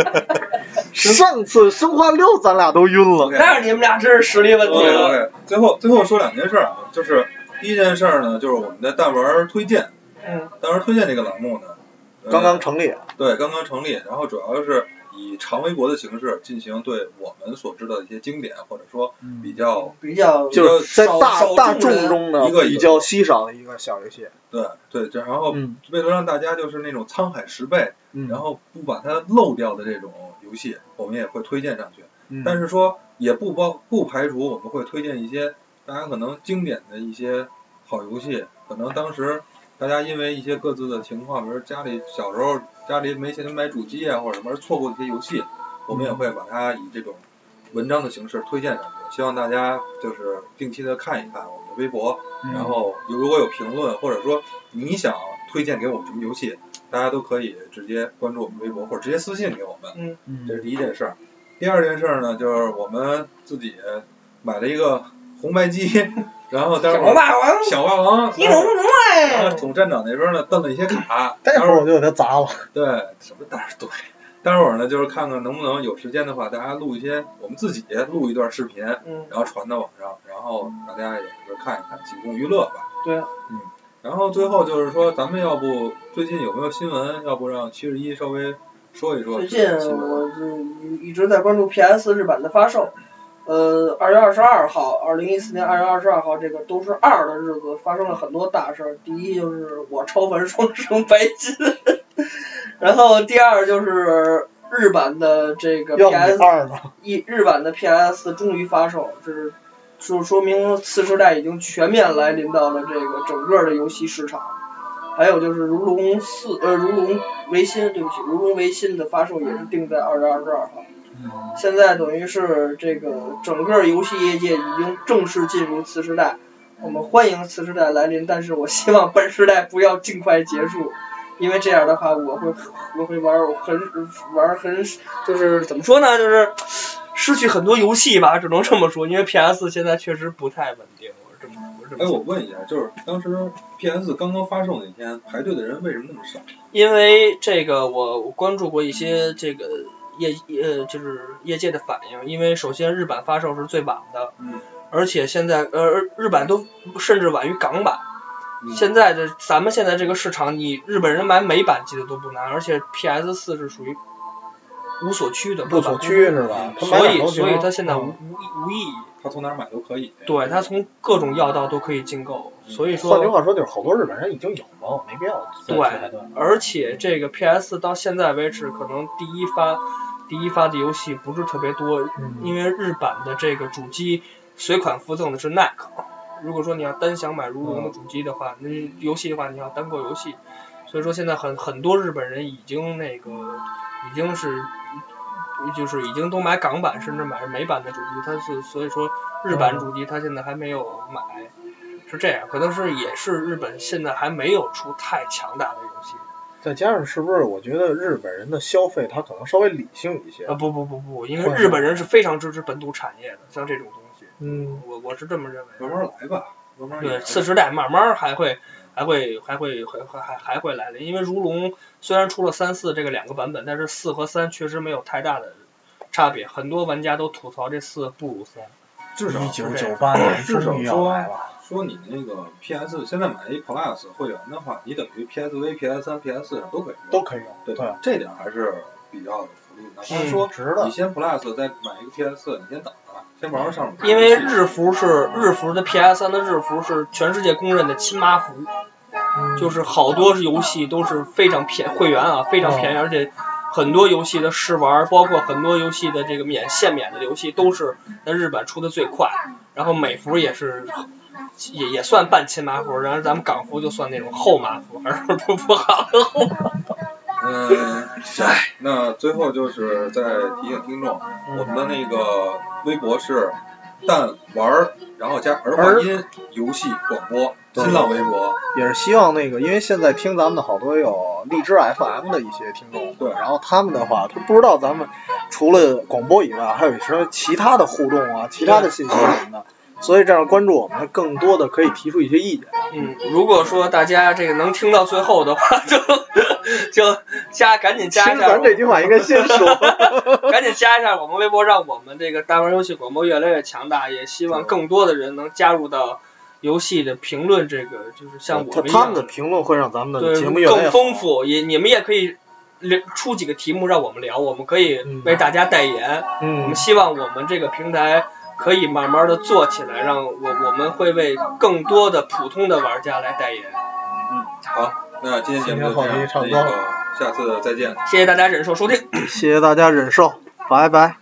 Speaker 1: 上次生化六咱俩都晕了，
Speaker 2: OK，
Speaker 3: 但是你们俩真是实力问题
Speaker 2: OK
Speaker 3: 了。
Speaker 2: OK，最后最后说两件事儿啊，就是第一件事儿呢，就是我们的弹丸儿推荐，
Speaker 3: 嗯，
Speaker 2: 弹丸儿推荐这个栏目呢，呃
Speaker 1: 刚刚成立，啊
Speaker 2: 对，刚刚成立，然后主要是以长微博的形式进行对我们所知道的一些经典，或者说比较
Speaker 3: 哦比较
Speaker 1: 就是在
Speaker 3: 少
Speaker 1: 大
Speaker 3: 众
Speaker 1: 大
Speaker 3: 人
Speaker 1: 众中呢
Speaker 2: 一个
Speaker 1: 比较稀少的一个小游戏，
Speaker 2: 对对，这然后
Speaker 1: 嗯
Speaker 2: 为了让大家就是那种沧海十倍，
Speaker 1: 嗯，
Speaker 2: 然后不把它漏掉的这种游戏，我们也会推荐上去。
Speaker 1: 嗯
Speaker 2: 但是说也不包不排除我们会推荐一些大家可能经典的一些好游戏，可能当时大家因为一些各自的情况，比如家里小时候家里没钱买主机啊或者什么，而错过的一些游戏，我
Speaker 1: 嗯
Speaker 2: 们也会把它以这种文章的形式推荐上去。希望大家就是定期的看一看我们的微博，
Speaker 1: 嗯
Speaker 2: 然后有如果有评论或者说你想推荐给我们什么游戏，大家都可以直接关注我们微博或者直接私信给我们。
Speaker 1: 嗯
Speaker 2: 这是第一件事儿。第二件事儿呢，就是我们自己买了一个红白机， 然后待
Speaker 6: 小
Speaker 2: 会
Speaker 6: 王
Speaker 2: 儿
Speaker 6: 霸
Speaker 3: 嗯
Speaker 6: 王，
Speaker 2: 小霸王，
Speaker 6: 你懂不懂
Speaker 2: 然后
Speaker 6: 哎？
Speaker 2: 从站长那边呢蹬了一些卡，
Speaker 1: 待
Speaker 2: 待
Speaker 1: 会儿我就给他砸了。
Speaker 2: 对什么待会儿对，待会儿呢就是看看能不能有时间的话，大家录一些我们自己录一段视频，
Speaker 3: 嗯，
Speaker 2: 然后传到网上，然后大家也是看一看，仅供娱乐吧。
Speaker 3: 对啊
Speaker 2: 嗯，然后最后就是说，咱们要不最近有没有新闻？要不让七十一稍微说一说
Speaker 3: 最近
Speaker 2: 新闻
Speaker 3: 我就一直在关注 PS 日版的发售，呃，二月二十二号，二零一四年二月二十二号，这个都是二的日子，发生了很多大事儿。第一就是我超凡双生白金， 然后第二就是日版的这个
Speaker 1: 要你
Speaker 3: PS
Speaker 1: 二呢？
Speaker 3: 一日版的 PS 终于发售，这是就说明次世代已经全面来临到了这个整个的游戏市场。还有就是《如龙四》呃，《如龙维新》，对不起，《如龙维新》的发售也是定在二月二十二号。
Speaker 2: 嗯
Speaker 3: 现在等于是这个整个游戏业界已经正式进入次时代，我们欢迎次时代来临，但是我希望本时代不要尽快结束，因为这样的话我会我会玩儿很玩儿很就是怎么说呢，就是失去很多游戏吧，只能这么说，因为 PS 现在确实不太稳定，我是这么我是这么
Speaker 2: 哎，
Speaker 3: 说
Speaker 2: 我问一下，就是当时 PS 刚刚发售那天，排队的人为什么那么少？
Speaker 3: 因为这个我我关注过一些这个业呃就是业界的反应，因为首先日版发售是最晚的，
Speaker 2: 嗯
Speaker 3: 而且现在呃日日版都甚至晚于港版。
Speaker 2: 嗯
Speaker 3: 现在的咱们现在这个市场，你日本人买美版机的都不难，而且 PS 四是属于无所趋的，
Speaker 1: 不
Speaker 3: 把
Speaker 1: 所趋是吧？他买
Speaker 3: 所
Speaker 1: 哪儿
Speaker 3: 以
Speaker 1: 都
Speaker 3: 所以
Speaker 1: 行
Speaker 3: 它现在无
Speaker 1: 嗯
Speaker 3: 无无意义，
Speaker 2: 他从哪儿买都可以。
Speaker 3: 对它从各种要道都可以竞购，所以说
Speaker 1: 换句话说，就是好多日本人已经有了，我没必要再去
Speaker 3: 对
Speaker 1: 排队。
Speaker 3: 而且这个 PS 到现在为止，可能第一发第一发的游戏不是特别多，
Speaker 1: 嗯
Speaker 3: 因为日版的这个主机随款附赠的是 NEC。如果说你要单想买如龙的主机的话，那游戏的话你要单购游戏，所以说现在很很多日本人已经那个已经是就是已经都买港版甚至买美版的主机，它是所以说日版主机它现在还没有买，是这样，可能是也是日本现在还没有出太强大的游戏。
Speaker 1: 再加上是不是？我觉得日本人的消费他可能稍微理性一些
Speaker 3: 啊。不不不不，因
Speaker 1: 或
Speaker 3: 为
Speaker 1: 者
Speaker 3: 日本人是非常支持本土产业的，像这种东西，
Speaker 1: 嗯，
Speaker 3: 我我是这么认
Speaker 2: 慢
Speaker 3: 为。
Speaker 2: 慢来吧，慢慢
Speaker 3: 对，
Speaker 2: 来。
Speaker 3: 次时代慢慢还会还会还会还还还还会来的，因为如龙虽然出了三四这个两个版本，但是四和三确实没有太大的差别，很多玩家都吐槽这四不如三。
Speaker 2: 至少
Speaker 1: 一九九八年
Speaker 2: 至少
Speaker 1: 终于要
Speaker 2: 说
Speaker 1: 来了，
Speaker 2: 说你那个 PS 现在买一 Plus 会员的话，你等于 PSV、PS 3 PS 4上都可以用。
Speaker 1: 都可以用。
Speaker 2: 对
Speaker 1: 对，
Speaker 2: 这点还是比较有福利的。哪怕
Speaker 3: 嗯
Speaker 2: 说
Speaker 1: 值的
Speaker 2: 你。先 Plus 再买一个 PS 4你先等着，先玩玩上手。
Speaker 3: 因为日服是日服的 PS 三的日服是全世界公认的亲妈服，嗯就是好多游戏都是非常便会员啊，非常便宜，而且很多游戏的试玩，包括很多游戏的这个免限免的游戏都是在日本出的最快，然后美服也是。也也算半亲妈服，然后咱们港服就算那种后妈服，还是不不好的后妈
Speaker 2: 嗯，哎，那最后就是再提醒听众，我们的那个微博是但玩儿，然后加儿化音游戏广播，
Speaker 1: 对
Speaker 2: 新浪微博。
Speaker 1: 也是希望那个，因为现在听咱们的好多有荔枝 FM 的一些听众，
Speaker 2: 对
Speaker 1: 然后他们的话，他不知道咱们除了广播以外，还有一些其他的互动啊，其他的信息什么的，所以这样关注我们，更多的可以提出一些意见。
Speaker 3: 嗯，如果说大家这个能听到最后的话，就 就加赶紧
Speaker 1: 其
Speaker 3: 加
Speaker 1: 实
Speaker 3: 一下我们。
Speaker 1: 咱这句话应该先说，
Speaker 3: 赶紧加一下我们微博，让我们这个大玩游戏广播越来越强大，也希望更多的人能加入到游戏的评论这个，就是像我
Speaker 1: 他
Speaker 3: 们一
Speaker 1: 他们
Speaker 3: 样
Speaker 1: 的，评论会让咱们的节目
Speaker 3: 对，
Speaker 1: 越来越
Speaker 3: 更
Speaker 1: 好
Speaker 3: 丰。富。也你们也可以聊出几个题目让我们聊，我们可以
Speaker 1: 嗯
Speaker 3: 为大家代言。我
Speaker 1: 嗯
Speaker 3: 们，希望我们这个平台可以慢慢的做起来，让我我们会为更多的普通的玩家来代言。
Speaker 2: 嗯，好，那今天节目就
Speaker 1: 今天
Speaker 2: 这
Speaker 1: 话
Speaker 2: 样
Speaker 1: 题差，不多
Speaker 2: 那个下次再见。
Speaker 3: 谢谢大家忍受收听。
Speaker 1: 谢谢大家忍受，拜拜。